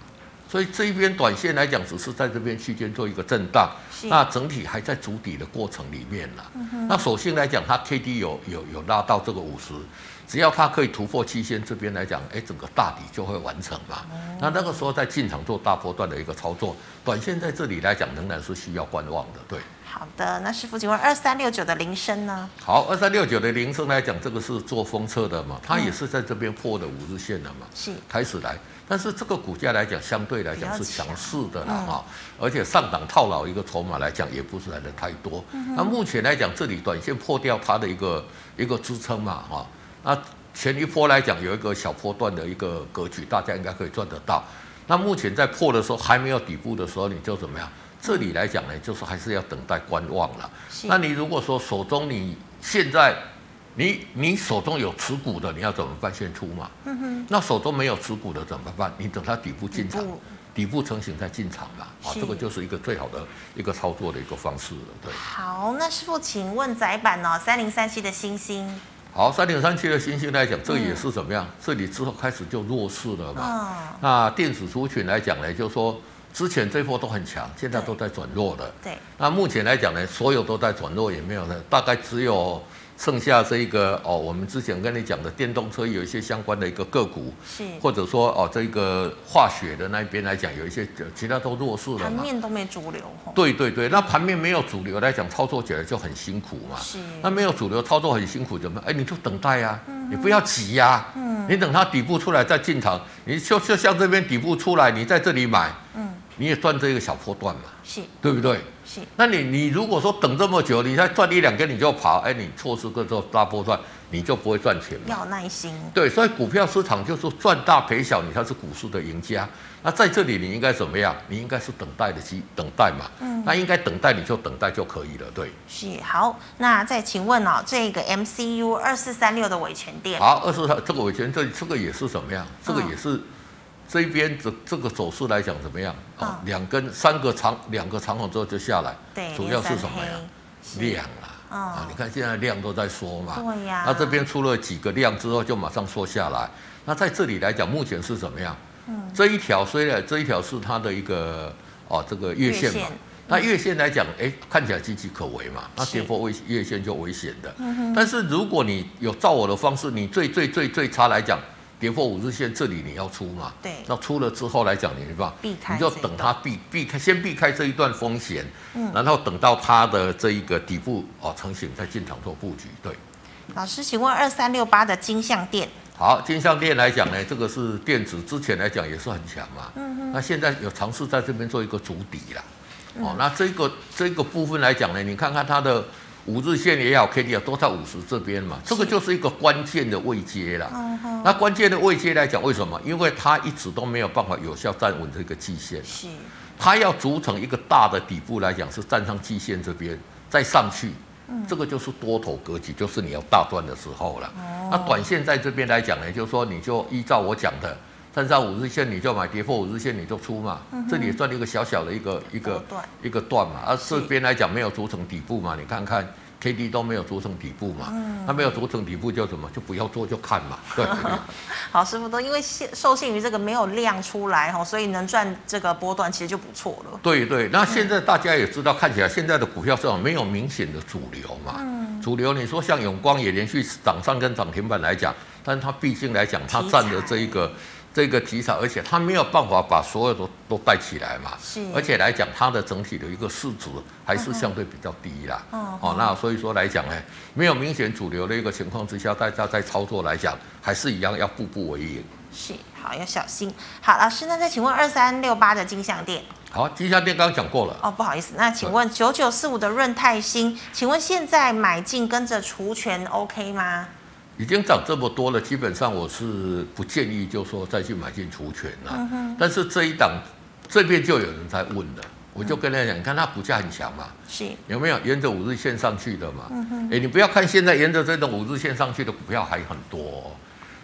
S2: 所以这一边短线来讲只是在这边区间做一个震荡，
S1: 是嗯
S2: 那整体还在筑底的过程里面啦。那首先来讲，它 K D 有有有拉到这个五十，只要它可以突破期限这边来讲，哎，整个大底就会完成嘛。
S1: 哦
S2: 那那个时候再进场做大波段的一个操作，短线在这里来讲仍然是需要观望的。对，
S1: 好的，那师傅，请问二三六九的铃声呢？
S2: 好，二三六九的铃声来讲，这个是做封测的嘛，它也是在这边破的五日线了嘛。
S1: 嗯是，
S2: 开始来，但是这个股价来讲，相对来讲是
S1: 比较
S2: 强
S1: 强
S2: 势的
S1: 嗯
S2: 啦哈、而且上档套牢一个筹码来讲，也不是来的太多。
S1: 嗯
S2: 那目前来讲，这里短线破掉它的一个一个支撑嘛哈、那前一波来讲有一个小波段的一个格局，大家应该可以赚得到。那目前在破的时候还没有底部的时候，你就怎么样？这里来讲呢，就是还是要等待观望了。
S1: 是
S2: 那你如果说手中你现在你你手中有持股的，你要怎么办？先出嘛。
S1: 嗯哼，
S2: 那手中没有持股的怎么办？你等它底部进场
S1: 底部，
S2: 底部成型再进场嘛。啊，
S1: 是
S2: 这个就是一个最好的一个操作的一个方式了。对，
S1: 好，那师傅，请问窄板哦，三零三七的星星，
S2: 好，三点三七的星星来讲，这个也是怎么样？这里之后开始就弱势了嘛。
S1: 嗯，
S2: 那电子族群来讲呢，就是说之前这波都很强，现在都在转弱的。
S1: 对，
S2: 那目前来讲呢，所有都在转弱，也没有呢，大概只有剩下这一个哦，我们之前跟你讲的电动车有一些相关的一个个股，
S1: 是，
S2: 或者说哦，这个化学的那一边来讲，有一些呃其他都弱势了
S1: 盘
S2: 嘛。
S1: 面都没主流吼，
S2: 对对对，那盘面没有主流来讲，操作起来就很辛苦嘛。
S1: 是，
S2: 那没有主流操作很辛苦，怎么？哎，你就等待呀、
S1: 嗯
S2: 你不要急呀、你等它底部出来再进场，你就就像这边底部出来，你在这里买，
S1: 嗯，
S2: 你也赚这个小波段嘛，
S1: 是
S2: 对不对？
S1: 是，
S2: 那你你如果说等这么久，你才赚一两根你就跑，哎，你错失个这大波段，你就不会赚钱嘛。
S1: 要有耐心，
S2: 对，所以股票市场就是赚大赔小，你才是股市的赢家。那在这里你应该怎么样？你应该是等待的机，等待嘛。嗯。那应该等待你就等待就可以了，对。
S1: 是好。那再请问哦，这个 MCU 二四三六的维权店，
S2: 好，二十三这个我觉得这这个也是怎么样？这个
S1: 嗯
S2: 也是、这边这这个走势来讲怎么样？
S1: 嗯
S2: 啊、两根三个长两个长红之后就下来，
S1: 对，
S2: 主
S1: 连
S2: 要是
S1: 三
S2: 什么呀？
S1: 黑？是
S2: 量啦。
S1: 嗯
S2: 啊，你看现在量都在缩嘛。
S1: 对呀
S2: 啊那这边出了几个量之后，就马上缩下来。那在这里来讲，目前是怎么样？嗯，这一条虽然这一条是它的一个哦这个月线
S1: 月
S2: 嘛
S1: 线。
S2: 那月线来讲，哎，看起来岌岌可危嘛，那
S1: 是嗯
S2: 跌破危月线就危险的。但是如果你有照我的方式，你最最最最差来讲，跌破五日线这里你要出嘛，
S1: 对
S2: 那出了之后来讲，你吧，
S1: 避开
S2: 你就
S1: 这一嗯
S2: 等它避避开，先避开这一段风险，然后等到它的这一个底部哦成型再进场做布局，对。
S1: 老师，请问二三六八的金项店
S2: 好，金项链来讲呢，这个是电子之前来讲也是很强嘛，那现在有尝试在这边做一个主底啦，哦，那这个这个部分来讲呢，你看看它的五日线也好，K D 啊都在五十这边嘛，这个就是一个关键的位阶啦。
S1: 哦
S2: 那关键的位阶来讲，为什么？因为它一直都没有办法有效站稳这个季线，
S1: 是
S2: 它要组成一个大的底部来讲，是站上季线这边再上去，这个就是多头格局，就是你要大赚的时候了。那短线在这边来讲呢，就是说你就依照我讲的，站上五日线你就买，跌破五日线你就出嘛，这里也算一个小嗯小的一个一
S1: 波
S2: 个
S1: 段
S2: 一个段嘛。而、
S1: 是
S2: 这边来讲没有组成底部嘛，你看看 K D 都没有组成底部嘛，它没有组成底部就什么，就不要做就看嘛，对。
S1: 好师傅都因为限受限于这个没有量出来哈，所以能赚这个波段其实就不错了。
S2: 对对，
S1: 嗯
S2: 那现在大家也知道，看起来现在的股票市场没有明显的主流嘛。
S1: 嗯
S2: 主流你说像永光也连续涨上跟涨停板来讲，但是它毕竟来讲，它
S1: 题材
S2: 占了这一个这个题材，而且它没有办法把所有的都带起来嘛。
S1: 是
S2: 而且来讲，它的整体的一个市值还是相对比较低啦。
S1: 嗯
S2: 哦，那所以说来讲呢，没有明显主流的一个情况之下，大家在操作来讲，还是一样要步步为营。
S1: 是，好要小心。好，老师，那再请问二三六八的金项店
S2: 好，金项店刚刚讲过了。
S1: 哦，不好意思，那请问九九四五的润泰新，请问现在买进跟着除权 OK 吗？
S2: 已经涨这么多了，基本上我是不建议，就说再去买进除权
S1: 嗯
S2: 啦、但是这一档这边就有人在问了，我就跟他讲，你看它股价很强嘛，
S1: 是
S2: 有没有沿着五日线上去的嘛？
S1: 嗯
S2: 哎、你不要看现在沿着这种五日线上去的股票还很多、哦，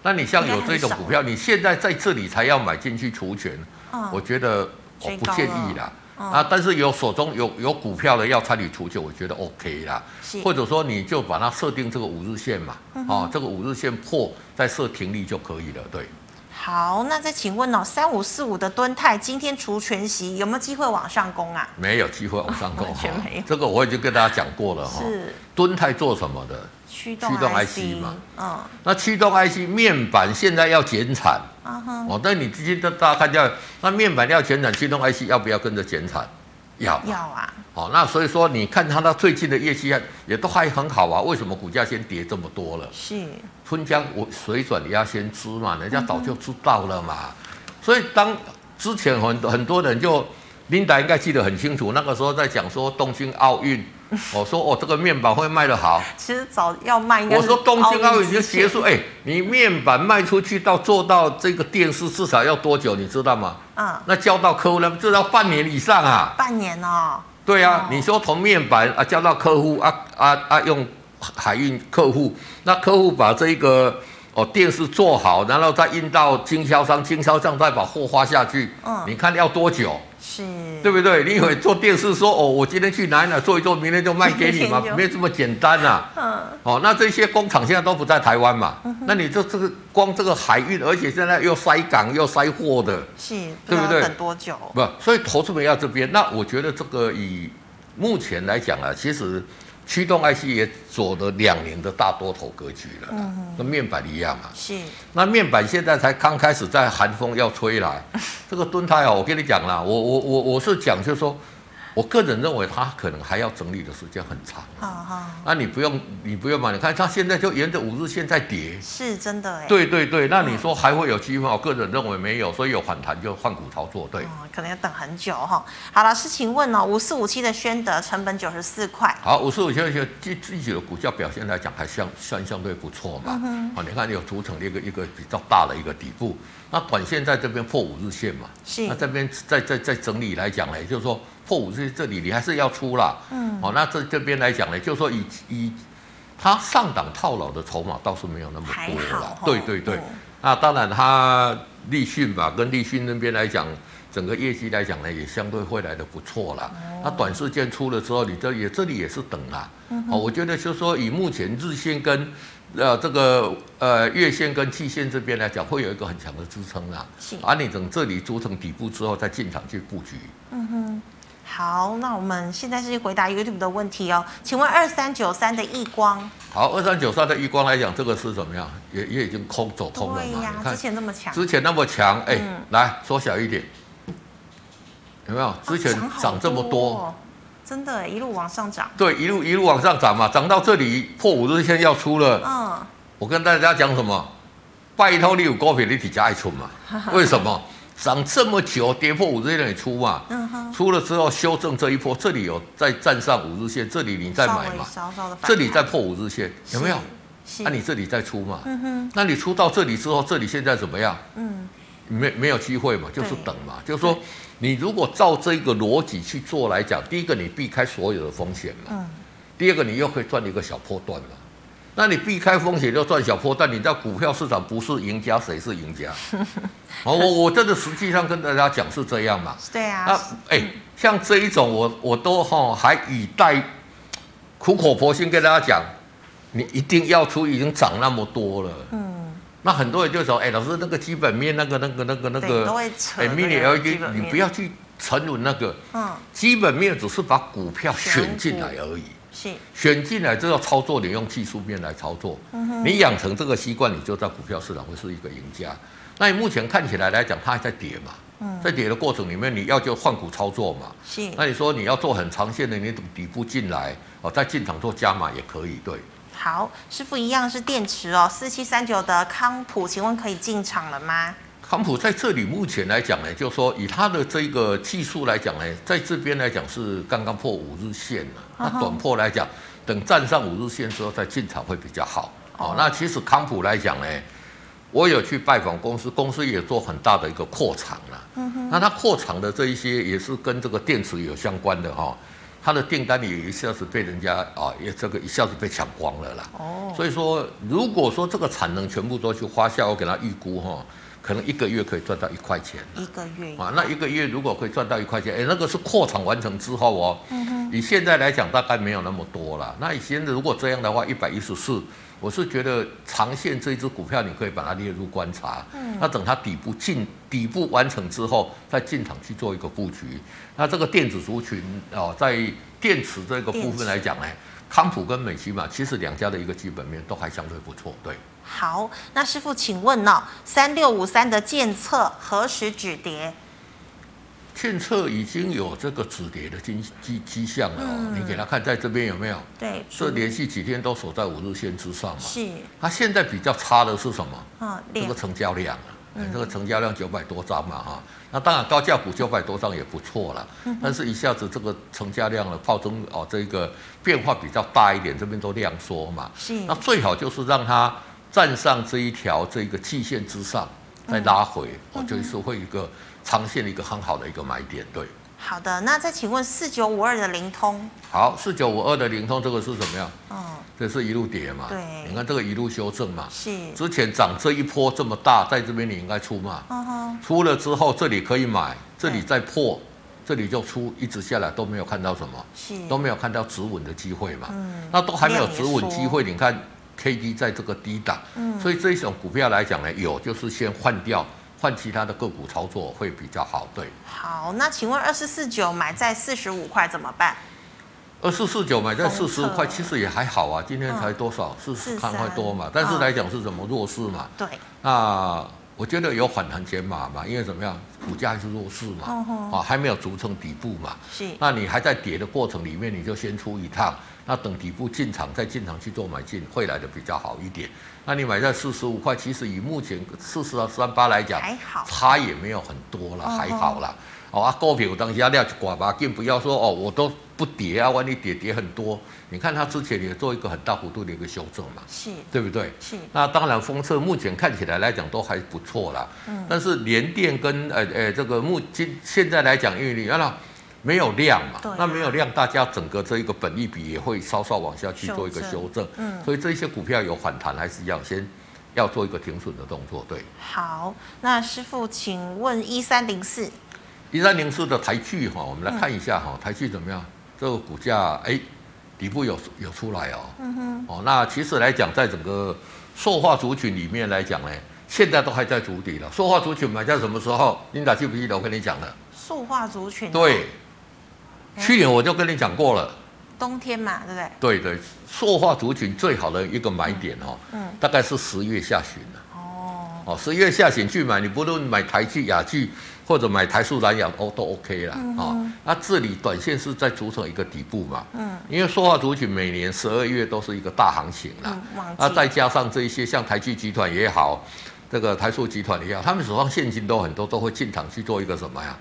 S2: 那你像有这种股票，你现在在这里才要买进去除权，
S1: 嗯
S2: 我觉得我
S1: 追
S2: 不
S1: 高哦
S2: 建议啦。啊，但是有手中有有股票的要参与除权，我觉得 OK 啦。
S1: 是嗯
S2: 或者说你就把它设定这个五日线嘛，哦，这个五日线破再设停利就可以了。对，
S1: 好，那再请问哦，三五四五的敦泰今天除权息有没有机会往上攻啊？
S2: 没有机会往上攻
S1: 完全
S2: 哈
S1: 没有
S2: 这个我已经跟大家讲过了哈。
S1: 是
S2: 敦泰做什么的？
S1: 驱动
S2: 哦驱动 IC
S1: IC
S2: 嘛
S1: 嗯，
S2: 那驱动 IC 面板现在要减产
S1: 啊
S2: 哦，但你今天大家看到那面板要减产，驱动 IC 要不要跟着减产？要
S1: 要啊，
S2: 哦，那所以说你看它到最近的业绩还也都还很好啊，为什么股价先跌这么多了？
S1: 是
S2: 春江我水转鸭先知嘛，人家早就知道了嘛。所以当之前很多很多人就琳达应该记得很清楚，那个时候在讲说东京 奥运，我说哦这个面板会卖得好，
S1: 其实早要卖应该
S2: 我
S1: 是
S2: 说东京奥运已经
S1: 之前
S2: 结束，哎、你面板卖出去到做到这个电视至少要多久，你知道吗？
S1: 嗯，
S2: 那交到客户呢，至少半年以上啊。
S1: 半年哦，
S2: 对
S1: 哦
S2: 啊，你说从面板啊交到客户啊啊啊用海运客户，那客户把这个哦电视做好，然后再运到经销商，经销商再把货发下去，
S1: 嗯
S2: 你看要多久？
S1: 是，
S2: 对不对？你以为做电视说哦，我今天去哪里哪做一做，明天就卖给你吗
S1: 明天？就
S2: 没有这么简单呐、
S1: 嗯，
S2: 哦，那这些工厂现在都不在台湾嘛，那你就这个光这个海运，而且现在又塞港又塞货的，
S1: 是，
S2: 对不
S1: 知道
S2: 对
S1: 要等多久？
S2: 不，所以投资没要这边。那我觉得这个以目前来讲啊，其实驱动 IC 也走了两年的大多头格局了啦，跟面板一样嘛。啊
S1: 是
S2: 那面板现在才刚开始在寒风要吹来，这个敦泰啊，我跟你讲啦，我我我我是讲就是说，我个人认为它可能还要整理的时间很长。
S1: 啊哈，
S2: 那你不用你不用嘛，你看它现在就沿着五日线在跌。
S1: 是真的哎，，
S2: 对对对，那你说还会有机会吗？我个人认为没有，所以有反弹就换股操作。对，
S1: 嗯，可能要等很久哈、好，老师，请问哦，五四五七的宣德成本九十四块，
S2: 好，五十五线线自自己的股价表现来讲，还相算相对不错
S1: 嗯
S2: 嘛。好、你看有组成一个一个比较大的一个底部，那短线在这边破五日线嘛，
S1: 是
S2: 那这边再再再整理来讲呢，就是说破五日线这里你还是要出啦。嗯，好、那这这边来讲呢，就是说以以它上档套牢的筹码倒是没有那么多
S1: 还好
S2: 了
S1: 哦。
S2: 对对对，
S1: 嗯
S2: 那当然它立讯吧，跟立讯那边来讲。整个业绩来讲呢，也相对会来的不错啦。
S1: 哦
S2: 那短时间出了之后，你这也这里也是等啦。
S1: 嗯
S2: 哦，我觉得就是说，以目前日线跟呃这个呃月线跟季线这边来讲，会有一个很强的支撑啦
S1: 是。
S2: 啊，你等这里组成底部之后，再进场去布局。
S1: 嗯哼，好，那我们现在是回答 YouTube 的问题哦，请问二三九三的易光，
S2: 好，二三九三的余光来讲，这个是怎么样？也也已经空走空了
S1: 对
S2: 嘛。
S1: 呀、
S2: 啊你
S1: 之
S2: 看
S1: 前那么强，
S2: 之前那么强，哎、
S1: 嗯哦
S2: 来缩小一点，有没有？之前
S1: 好
S2: 涨这么多，
S1: 哦，真的一路往上涨，
S2: 对，一路一路往上涨嘛，涨到这里破五日线要出了。
S1: 嗯，
S2: 我跟大家讲什么？拜托你有股票，你底下爱出 嘛？为什么？涨这么久，跌破五日线你出嘛？
S1: 嗯哼，
S2: 出了之后修正这一波，这里有再站上五日线，这里你再
S1: 稍
S2: 买
S1: 微
S2: 嘛？
S1: 稍稍的反弹，
S2: 这里再破五日线，有没有？啊
S1: 是？是，
S2: 那、你这里再出嘛？
S1: 嗯哼，
S2: 那你出到这里之后，这里现在怎么样？
S1: 嗯，
S2: 没没有机会嘛，就是
S1: 对
S2: 等嘛，就是说你如果照这个逻辑去做来讲，第一个你避开所有的风险嘛，
S1: 嗯
S2: 第二个你又可以赚一个小波段嘛。那你避开风险又赚小波段，你在股票市场不是赢家谁是赢 家？哦，我我真的实际上跟大家讲是这样嘛。
S1: 对啊，
S2: 那哎、像这一种我我都哈、还以待苦口婆心跟大家讲，你一定要出，已经涨那么多了。
S1: 嗯，
S2: 那很多人就说，哎、老师那个基本面那个那个那个那
S1: 对，都
S2: 个，
S1: 会扯这
S2: 哎
S1: 个
S2: ，mini
S1: 基
S2: LED，
S1: 本
S2: 你
S1: 面
S2: 不要，去沉沦那个
S1: 嗯，
S2: 基本面，只是把股票选进来
S1: 选
S2: 而已。
S1: 是，
S2: 选进来之后操作，你用技术面来操作，你养成这个习惯，你就在股票市场会是一个赢家。那你目前看起来来讲，它还在跌嘛，
S1: 嗯，
S2: 在跌的过程里面，你要就换股操作嘛。
S1: 是，
S2: 那你说你要做很长线的，你等底部进来哦，再进场做加码也可以，对。
S1: 好，师傅一样是电池哦，四七三九的康普，请问可以进场了吗？
S2: 康普在这里目前来讲呢，就说以它的这个技术来讲呢，在这边来讲是刚刚破五日线了。
S1: 啊哈
S2: 那短破来讲，等站上五日线之后再进场会比较好。
S1: 哦
S2: 哦，那其实康普来讲呢，我有去拜访公司，公司也做很大的一个扩厂了。
S1: 嗯
S2: 那它扩厂的这一些也是跟这个电池有相关的哈、它的订单也一下子被人家啊，也这个一下子被抢光了啦。
S1: 哦，
S2: 所以说，如果说这个产能全部都去花销，我给他预估哈、可能一个月可以赚到一块钱
S1: 一个月，
S2: 啊。那一个月如果可以赚到一块钱，哎，那个是扩厂完成之后哦。以现在来讲，大概没有那么多了。那以前如果这样的话，一百一十四，我是觉得长线这一只股票你可以把它列入观察。那等它底部进底部完成之后，再进场去做一个布局。那这个电子族群哦，在电池这个部分来讲呢。康普跟美琪嘛，其实两家的一个基本面都还相对不错，对。
S1: 好，那师傅请问哦，三六五三的建测何时止跌？
S2: 券策已经有这个止跌的迹迹迹象了、哦，你给他看在这边有没有？
S1: 对，
S2: 这连续几天都守在五日线之上嘛。
S1: 是，
S2: 它现在比较差的是什么？
S1: 嗯，
S2: 这
S1: 两
S2: 个成交量啊，哎这个成交量九百多张嘛哈。那当然高价股九百多张也不错了，但是一下子这个成交量的暴增哦，这个变化比较大一点，这边都量缩嘛。
S1: 是
S2: 那最好就是让它站上这一条这个季线之上，再拉回，哦，就是会一个长线的一个很好的一个买点，对。
S1: 好的，那再请问四九五二的灵通，
S2: 好，四九五二的灵通这个是怎么样？
S1: 嗯，
S2: 这是一路跌嘛？
S1: 对
S2: 你看这个一路修正嘛。
S1: 是，
S2: 之前涨这一波这么大，在这边你应该出嘛。
S1: 嗯哼，
S2: 出了之后，这里可以买，这里
S1: 对
S2: 再破，这里就出，一直下来都没有看到什么，
S1: 是，
S2: 都没有看到止稳的机会嘛。
S1: 嗯
S2: 那都还没有止稳
S1: 量也
S2: 机会，你看 K D 在这个低档，
S1: 嗯
S2: 所以这一种股票来讲呢，有就是先换掉，换其他的个股操作会比较好。对，
S1: 好，那请问二四四九买在四十五块怎么办？
S2: 二四四九买在
S1: 封
S2: 四十
S1: 测
S2: 五块，其实也还好啊，今天才
S1: 嗯
S2: 多少？四十
S1: 43
S2: 三块多嘛，但是
S1: 嗯
S2: 来讲是什么弱势嘛？
S1: 对，
S2: 那我觉得有反弹减码嘛，因为怎么样，股价还是弱势嘛，
S1: 嗯
S2: 啊、
S1: 哼
S2: 还没有逐层底部嘛。
S1: 是，
S2: 那你还在跌的过程里面，你就先出一趟，那等底部进场再进场去做买进，会来的比较好一点。那你买在四十五块，其实以目前四十到三八来讲，
S1: 还好，
S2: 差也没有很多了，
S1: 哦
S2: 还好啦。哦啊，股票当下料就挂吧，更不要说哦，我都不跌啊，万一跌跌很多，你看它之前也做一个很大幅度的一个修正嘛，
S1: 是
S2: 对不对？
S1: 是，
S2: 那当然，封测目前看起来来讲都还不错啦。
S1: 嗯
S2: 但是联电跟呃呃这个目今现在来讲，因为你看到没有量嘛，
S1: 对啊
S2: 那没有量，大家整个这一个本益比也会稍稍往下去
S1: 修
S2: 做一个
S1: 正
S2: 修正。
S1: 嗯
S2: 所以这些股票有反弹，还是要先要做一个停损的动作。对，
S1: 好，那师傅请问一三零四，
S2: 一三零四的台剧哈，我们
S1: 嗯
S2: 来看一下哈，台剧怎么样？这个股价哎底部有有出来哦。
S1: 嗯哼，
S2: 哦，那其实来讲，在整个塑化族群里面来讲呢，现在都还在筑底了。塑化族群买在什么时候？琳达记不记得我跟你讲的？
S1: 塑化族群、
S2: 对，去年我就跟你讲过了，
S1: 冬天嘛，对不对？
S2: 对对，塑化族群最好的一个买点哦，
S1: 嗯
S2: 大概是十月下旬了
S1: 哦，
S2: 哦，十月下旬去买，你不论买台剧、雅剧或者买台塑、蓝雅哦，都 OK 啦。哦，那这里短线是在组成一个底部嘛，
S1: 嗯，
S2: 因为塑化族群每年十二月都是一个大行情啦
S1: 嗯，，忘
S2: 那
S1: 记
S2: 再加上这一些像台剧集团也好，这个台塑集团也好，他们手上现金都很多，都会进场去做一个什么呀？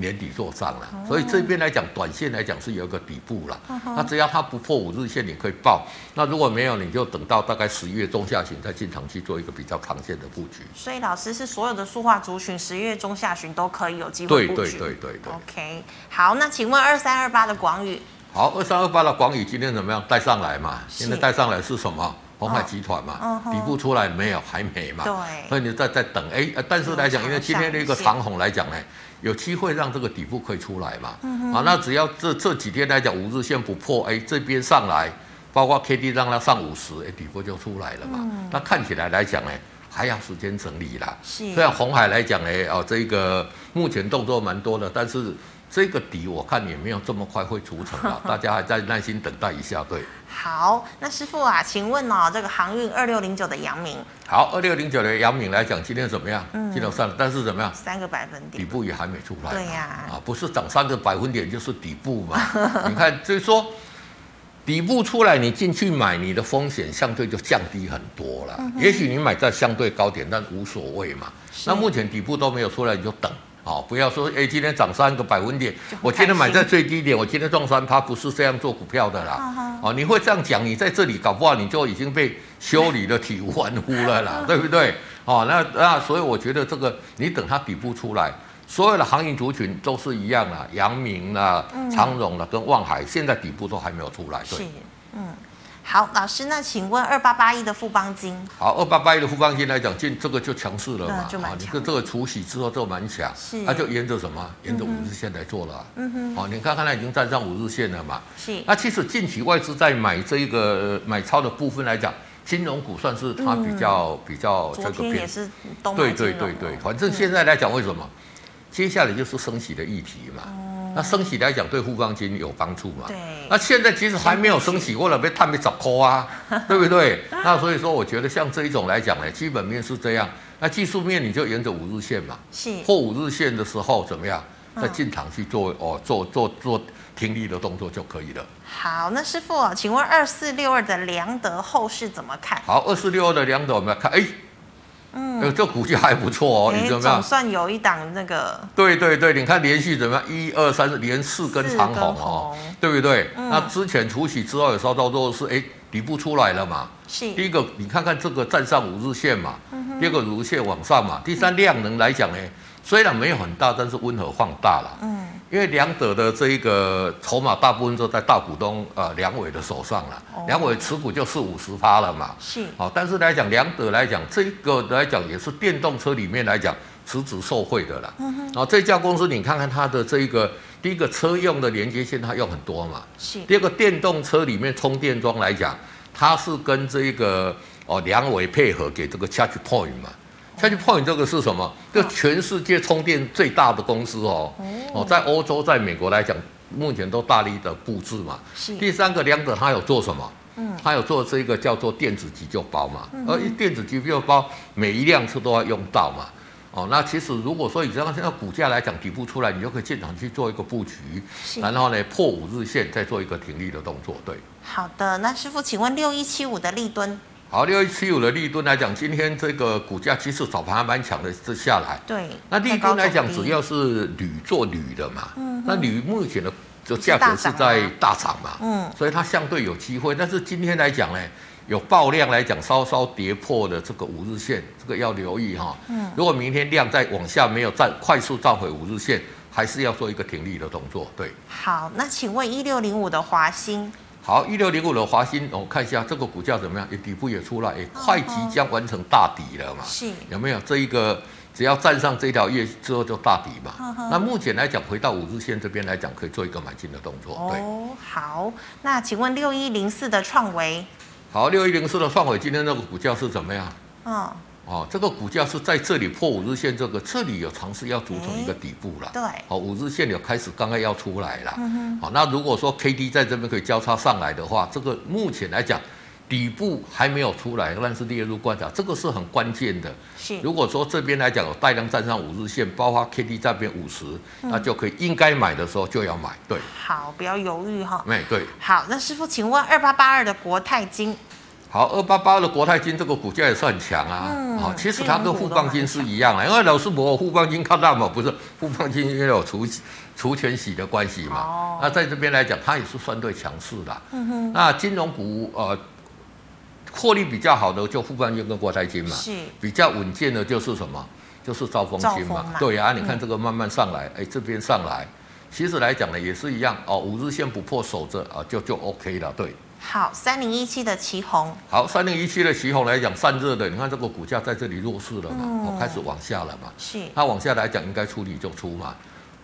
S2: 年底做账了，
S1: 哦
S2: 所以这边来讲，短线来讲是有一个底部了。那只要它不破五日线，你可以报；那如果没有，你就等到大概十一月中下旬再进场去做一个比较长线的布局。
S1: 所以老师是所有的塑化族群，十一月中下旬都可以有机
S2: 对
S1: 会布
S2: 对
S1: 局。
S2: 对对对。
S1: OK，好，那请问二三二八的广宇
S2: 好，二三二八的广宇今天怎么样？带上来嘛？
S1: 是
S2: 现在带上来是什么？红海集团嘛
S1: 嗯，哼
S2: 底部出来没有？还没嘛。
S1: 对
S2: 所以你再再等，啊哎，呃但是来讲，因为今天的一个长红来讲呢，有机会让这个底部可以出来嘛。啊，那只要这这几天来讲，五日线不破，哎，这边上来，包括 K D 让它上五十，哎，底部就出来了嘛。那看起来来讲呢，还要时间整理啦。
S1: 是
S2: 虽然红海来讲呢，哦，这个目前动作蛮多的，但是这个底我看也没有这么快会除成啊，大家还在耐心等待一下。对，
S1: 好，那师傅啊，请问哦，这个航运二六零九的阳明
S2: 好，二六零九的杨敏来讲，今天怎么样？今天上了，但是怎么样？
S1: 三个百分
S2: 底
S1: 点，
S2: 部也还没出来嘛，
S1: 对呀
S2: 啊，不是涨三个百分点就是底部 嘛。你看，就是说底部出来，你进去买，你的风险相对就降低很多了。也许你买在相对高点，但无所谓嘛。
S1: 嗯是
S2: 那目前底部都没有出来，你就等。好、不要说哎，今天涨三个百分点，我今天买在最低点，我今天撞三趴，不是这样做股票的啦
S1: 嗯。哼
S2: 哦，你会这样讲，你在这里搞不好你就已经被修理的体无完肤了 啦，对不对？哦，那那所以我觉得这个你等它底部出来，所有的航运族群都是一样啦，阳明啦、长荣啦跟望海，现在底部都还没有出来。
S1: 嗯
S2: 对
S1: 是，，嗯，好，老师，那请问二八八一的富邦金
S2: 好，二八八一的富邦金来讲，进这个就强势了嘛，哦
S1: 对就蛮
S2: 你
S1: 强
S2: 这这个除息之后就蛮强，啊
S1: 是
S2: 它就沿着什么，沿着五日线来做了、啊。
S1: 嗯哼，
S2: 好、你看看它已经站上五日线了嘛，
S1: 是
S2: 那其实近期外资在买这个呃买超的部分来讲，金融股算是它比较、比较这
S1: 昨
S2: 个
S1: 天也
S2: 变。
S1: 是东马
S2: 对
S1: 金
S2: 对
S1: 融
S2: 对
S1: 哦
S2: 对，反正现在来讲，为什么？接下来就是升息的议题嘛。那升息来讲，对富邦金有帮助嘛？
S1: 对
S2: 那现在其实还没有升息，为了被碳被找抠啊，对不对？那所以说，我觉得像这一种来讲呢，基本面是这样，那技术面你就沿着五日线嘛。
S1: 是
S2: 破五日线的时候怎么样？
S1: 嗯
S2: 再进场去做哦，做做做停利的动作就可以了。
S1: 好，那师傅哦，请问二四六二的良德后市怎么看？
S2: 好，二四六的两种我们来看，哎，
S1: 嗯，哎
S2: 呃这股价还不错哦，你
S1: 诶
S2: 怎么
S1: 总
S2: 样？
S1: 算有一档那个
S2: 对对对，你看连续怎么样？一二三四，连四根长红哦
S1: 四根红，
S2: 对不对？
S1: 嗯
S2: 那之前除息之后有稍稍弱势，哎，底部出来了嘛。第
S1: 是
S2: 一个，你看看这个站上五日线嘛，
S1: 嗯
S2: 第二个五日线往上嘛，第三量能来讲呢，虽然没有很大，但是温和放大了。
S1: 嗯
S2: 因为两者的这一个筹码大部分都在大股东呃梁伟的手上了
S1: 哦，
S2: 梁伟持股就四五十趴了嘛。
S1: 是
S2: 好，但是来讲，两者来讲，这个来讲也是电动车里面来讲实质受惠的啦。然后这家公司，你看看它的这一个第一个车用的连接线，它用很多嘛。
S1: 是
S2: 第二个电动车里面充电桩来讲，它是跟这一个哦梁伟配合给这个 Charge Point 嘛。Charge Point 这个是什么？这全世界充电最大的公司哦。哦，在欧洲、在美国来讲，目前都大力的布置嘛。
S1: 是
S2: 第三个，两者它有做什么？嗯，它有做这个叫做电子急救包嘛，
S1: 嗯
S2: 而电子急救包每一辆车都要用到嘛。哦，那其实如果说以这样现在股价来讲底部出来，你就可以进场去做一个布局，
S1: 是
S2: 然后呢破五日线再做一个停利的动作。对，
S1: 好的。那师傅，请问六一七五的立敦
S2: 好，六一七五的利吨来讲，今天这个股价其实早盘还蛮强的，这下来，
S1: 对
S2: 那利吨来讲
S1: 在高走
S2: 只
S1: 低嗯
S2: 要是铝做铝的嘛，那铝目前的这
S1: 是
S2: 价格是
S1: 大涨啊
S2: 在
S1: 吗
S2: 大涨嘛，
S1: 嗯
S2: 所以它相对有机会。但是今天来讲呢，有爆量来讲，稍稍跌破的这个五日线，这个要留意哈。
S1: 嗯，
S2: 如果明天量再往下没有站快速站回五日线，还是要做一个停利的动作。对，
S1: 好。那请问一六零五的华兴
S2: 好，一六零五的华兴，我、看一下这个股价怎么样，也底部也出来，也快即将完成大底了嘛。
S1: 嗯是
S2: 有没有这一个？只要站上这条月之后就大底嘛。
S1: 嗯哼
S2: 那目前来讲，回到五日线这边来讲，可以做一个买进的动作。对。
S1: 哦，好。那请问六一零四的创维，
S2: 好，六一零四的创伟今天那个股价是怎么样？
S1: 嗯，
S2: 哦，这个股价是在这里破五日线，这个这里有尝试要组成一个底部了。
S1: 嗯对嗯
S2: 好、五日线有开始刚刚要出来了。好、那如果说 K D 在这边可以交叉上来的话，这个目前来讲底部还没有出来，但是列入观察，这个是很关键的。
S1: 是
S2: 如果说这边来讲有带量站上五日线，包括 K D 这边五十，
S1: 嗯
S2: 那就可以应该买的时候就要买。对，
S1: 好，不要犹豫哈。
S2: 哎对。
S1: 好，那师傅，请问二八八二的国泰金，
S2: 好，二八八的国泰金这个股价也是很强啊。
S1: 嗯
S2: 好、其实
S1: 金
S2: 它
S1: 融
S2: 跟
S1: 股
S2: 富
S1: 都
S2: 邦
S1: 蛮
S2: 金是一样的，因为老师伯富邦金看到嘛，不是富邦金因为有除除权息的关系嘛。
S1: 哦
S2: 那在这边来讲，它也是相对强势的。嗯哼。那金融股呃，获利比较好的就富邦金跟国泰金嘛。
S1: 是
S2: 比较稳健的就是什么？就是兆丰金
S1: 兆
S2: 嘛
S1: 丰。嘛嗯
S2: 对啊，你看这个慢慢上来，哎、这边上来，其实来讲呢也是一样哦，五日线不破守着啊，就就 OK 了，对。
S1: 好，三零一七的旗红，
S2: 好，三零一七的旗红来讲，散热的，你看这个股价在这里弱势了嘛，
S1: 嗯
S2: 哦、开始往下了嘛，
S1: 是
S2: 它往下来讲应该处理就出嘛。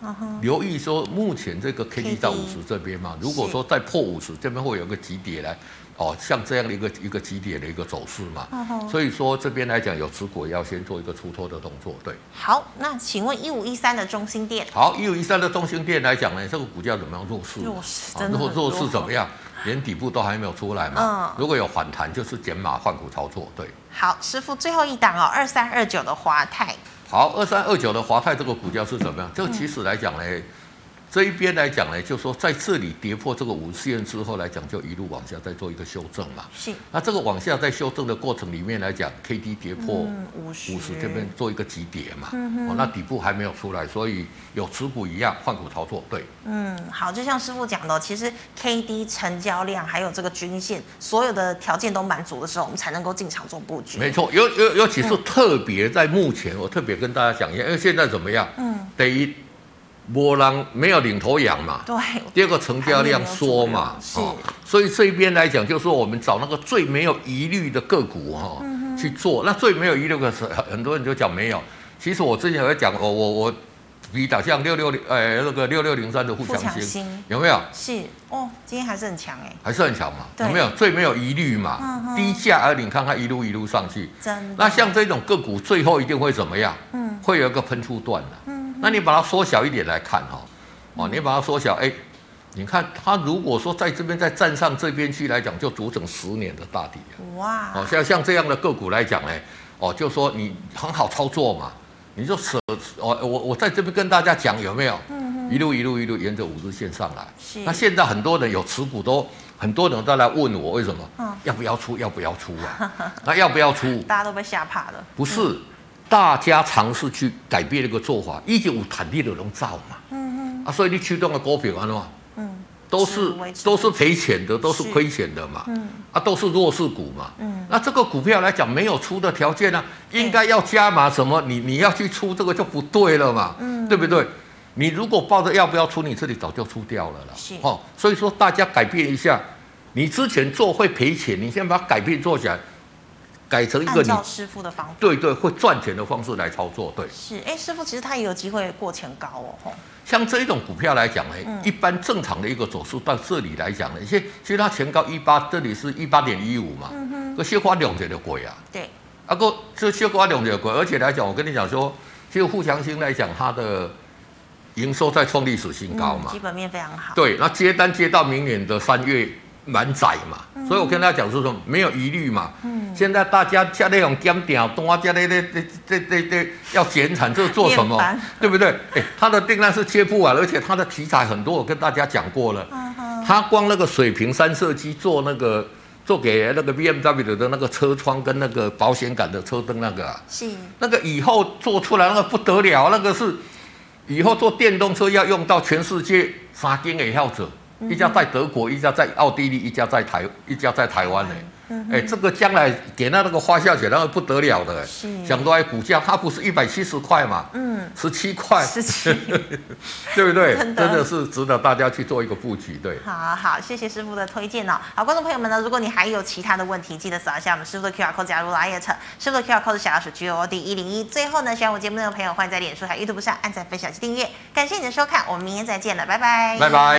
S1: 嗯
S2: 留意说，目前这个 K D
S1: KD
S2: 到五十这边嘛，如果说再破五十，这边会有一个急跌来，哦，像这样的一个一个急跌的一个走势嘛。
S1: 嗯
S2: 所以说这边来讲，有持股要先做一个出脱的动作，对。
S1: 好。那请问一五一三的中心店，
S2: 好，一五一三的中兴电来讲呢，这个股价怎么样弱势？
S1: 弱势
S2: 啊
S1: 真的
S2: 弱
S1: 很弱
S2: 弱势怎么样？连底部都还没有出来嘛。
S1: 嗯
S2: 如果有反弹，就是减码换股操作，对。
S1: 好，师傅最后一档哦，二三二九的华泰，
S2: 好，二三二九的华泰这个股价是怎么样？
S1: 嗯
S2: 这个其实来讲呢，这一边来讲呢，就说在这里跌破这个五日线之后来讲，就一路往下再做一个修正嘛。
S1: 是
S2: 那这个往下在修正的过程里面来讲，K D 跌破
S1: 嗯
S2: 五
S1: 50
S2: 十这边做一个急跌嘛，哦，那底部还没有出来，所以有持股一样换股操作，对。
S1: 嗯，好，就像师傅讲的哦，其实 K D 成交量还有这个均线，所有的条件都满足的时候，我们才能够进场做布局。
S2: 没错，尤尤尤其
S1: 嗯
S2: 是特别在目前，我特别跟大家讲一下，因为现在怎么样？
S1: 嗯，
S2: 等于波浪没有领头羊嘛，
S1: 对，
S2: 第二个成交量缩嘛，
S1: 是
S2: 哦，所以这边来讲，就是说我们找那个最没有疑虑的个股哈、哦
S1: 嗯
S2: 去做。那最没有疑虑的是，很多人就讲没有。其实我之前有讲，我我我比打像六六零，呃，那个六六零三的富
S1: 富
S2: 强
S1: 强
S2: 星
S1: 新
S2: 有没有？
S1: 是哦，今天还是很强哎，
S2: 还是很强嘛，
S1: 对
S2: 有没有？最没有疑虑嘛，
S1: 嗯哼
S2: 低价，而你看它一路一路上去，
S1: 真的。
S2: 那像这种个股，最后一定会怎么样？
S1: 嗯，
S2: 会有一个喷出段的、那你把它缩小一点来看哈、哦，
S1: 嗯
S2: 你把它缩小，哎，你看它如果说在这边再站上这边去来讲，就足整十年的大底了。
S1: 哇，
S2: 哦，像像这样的个股来讲呢，哦，就说你很好操作嘛，你就舍哦，我我在这边跟大家讲有没有？一路一路一路沿着五日线上来
S1: 嗯是，
S2: 那现在很多人有持股都，很多人都来问我为什么、
S1: 嗯
S2: 要不要出，要不要出 啊？那要不要出？
S1: 大家都被吓怕了。
S2: 不是，大家尝试去改变那个做法，已经有弹力的笼罩嘛。
S1: 嗯
S2: 啊，所以你驱动的股票安怎样
S1: 嗯嗯，
S2: 都是
S1: 是维持
S2: 都是赔钱的，都是
S1: 是
S2: 亏钱的嘛。
S1: 嗯
S2: 啊，都是弱势股嘛。
S1: 嗯，
S2: 那这个股票来讲，没有出的条件呢、应该要加码什么？你你要去出这个就不对了嘛，
S1: 嗯
S2: 对不对？你如果抱着要不要出，你这里早就出掉了啦。
S1: 是
S2: 哦，所以说大家改变一下，你之前做会赔钱，你先把它改变做起来，改成一个
S1: 按
S2: 你
S1: 照师傅的方法
S2: 对对，会赚钱的方式来操作。对，
S1: 是，哎，师傅其实他也有机会过前高哦，吼
S2: 像这一种股票来讲呢，一般正常的一个走势到这里来讲呢，其实其实它前高一八，这里是一八点一五嘛，个小花两折的鬼啊，
S1: 对，
S2: 啊个这小花两折的鬼，而且来讲，我跟你讲说，其实富强兴来讲，它的营收在创历史新高嘛，
S1: 嗯基本面非常好。
S2: 对，那接单接到明年的三月满载嘛，
S1: 嗯
S2: 所以我跟大家讲说什么没有疑虑嘛。现在大家像那种减点东啊，像那那那这这这要减产，这做什么
S1: 面板？
S2: 对不对？哎，它的订单是接不完，而且它的题材很多，我跟大家讲过了。
S1: 嗯哼，
S2: 它光那个水平三色机做那个做给那个 BMW 的那个车窗跟那个保险杆的车灯那个、啊，
S1: 是
S2: 那个以后做出来那个不得了，那个是以后做电动车要用到全世界三间的要者，
S1: 嗯
S2: 一家在德国，一家在奥地利，一家在台，一家在台湾呢。
S1: 嗯
S2: 哎、这个将来给他那个花下去，那个不得了的。
S1: 是
S2: 想到哎，股价它不是一百七十块嘛，
S1: 嗯，
S2: 十七块，
S1: 十七。
S2: 对不对？
S1: 真
S2: 真
S1: 的
S2: 的是值得大家去做一个布局，对。
S1: 好好，谢谢师傅的推荐哦。好，观众朋友们呢，如果你还有其他的问题，记得扫一下我们师傅的 QR code 加入 Line，师傅的 QR code 是小老鼠 G O D 一零一。最后呢，喜欢我节目内容的朋友，欢迎在脸书还有 YouTube 上按赞、分享及订阅。感谢你的收看，我们明天再见了，拜拜，
S2: 拜拜。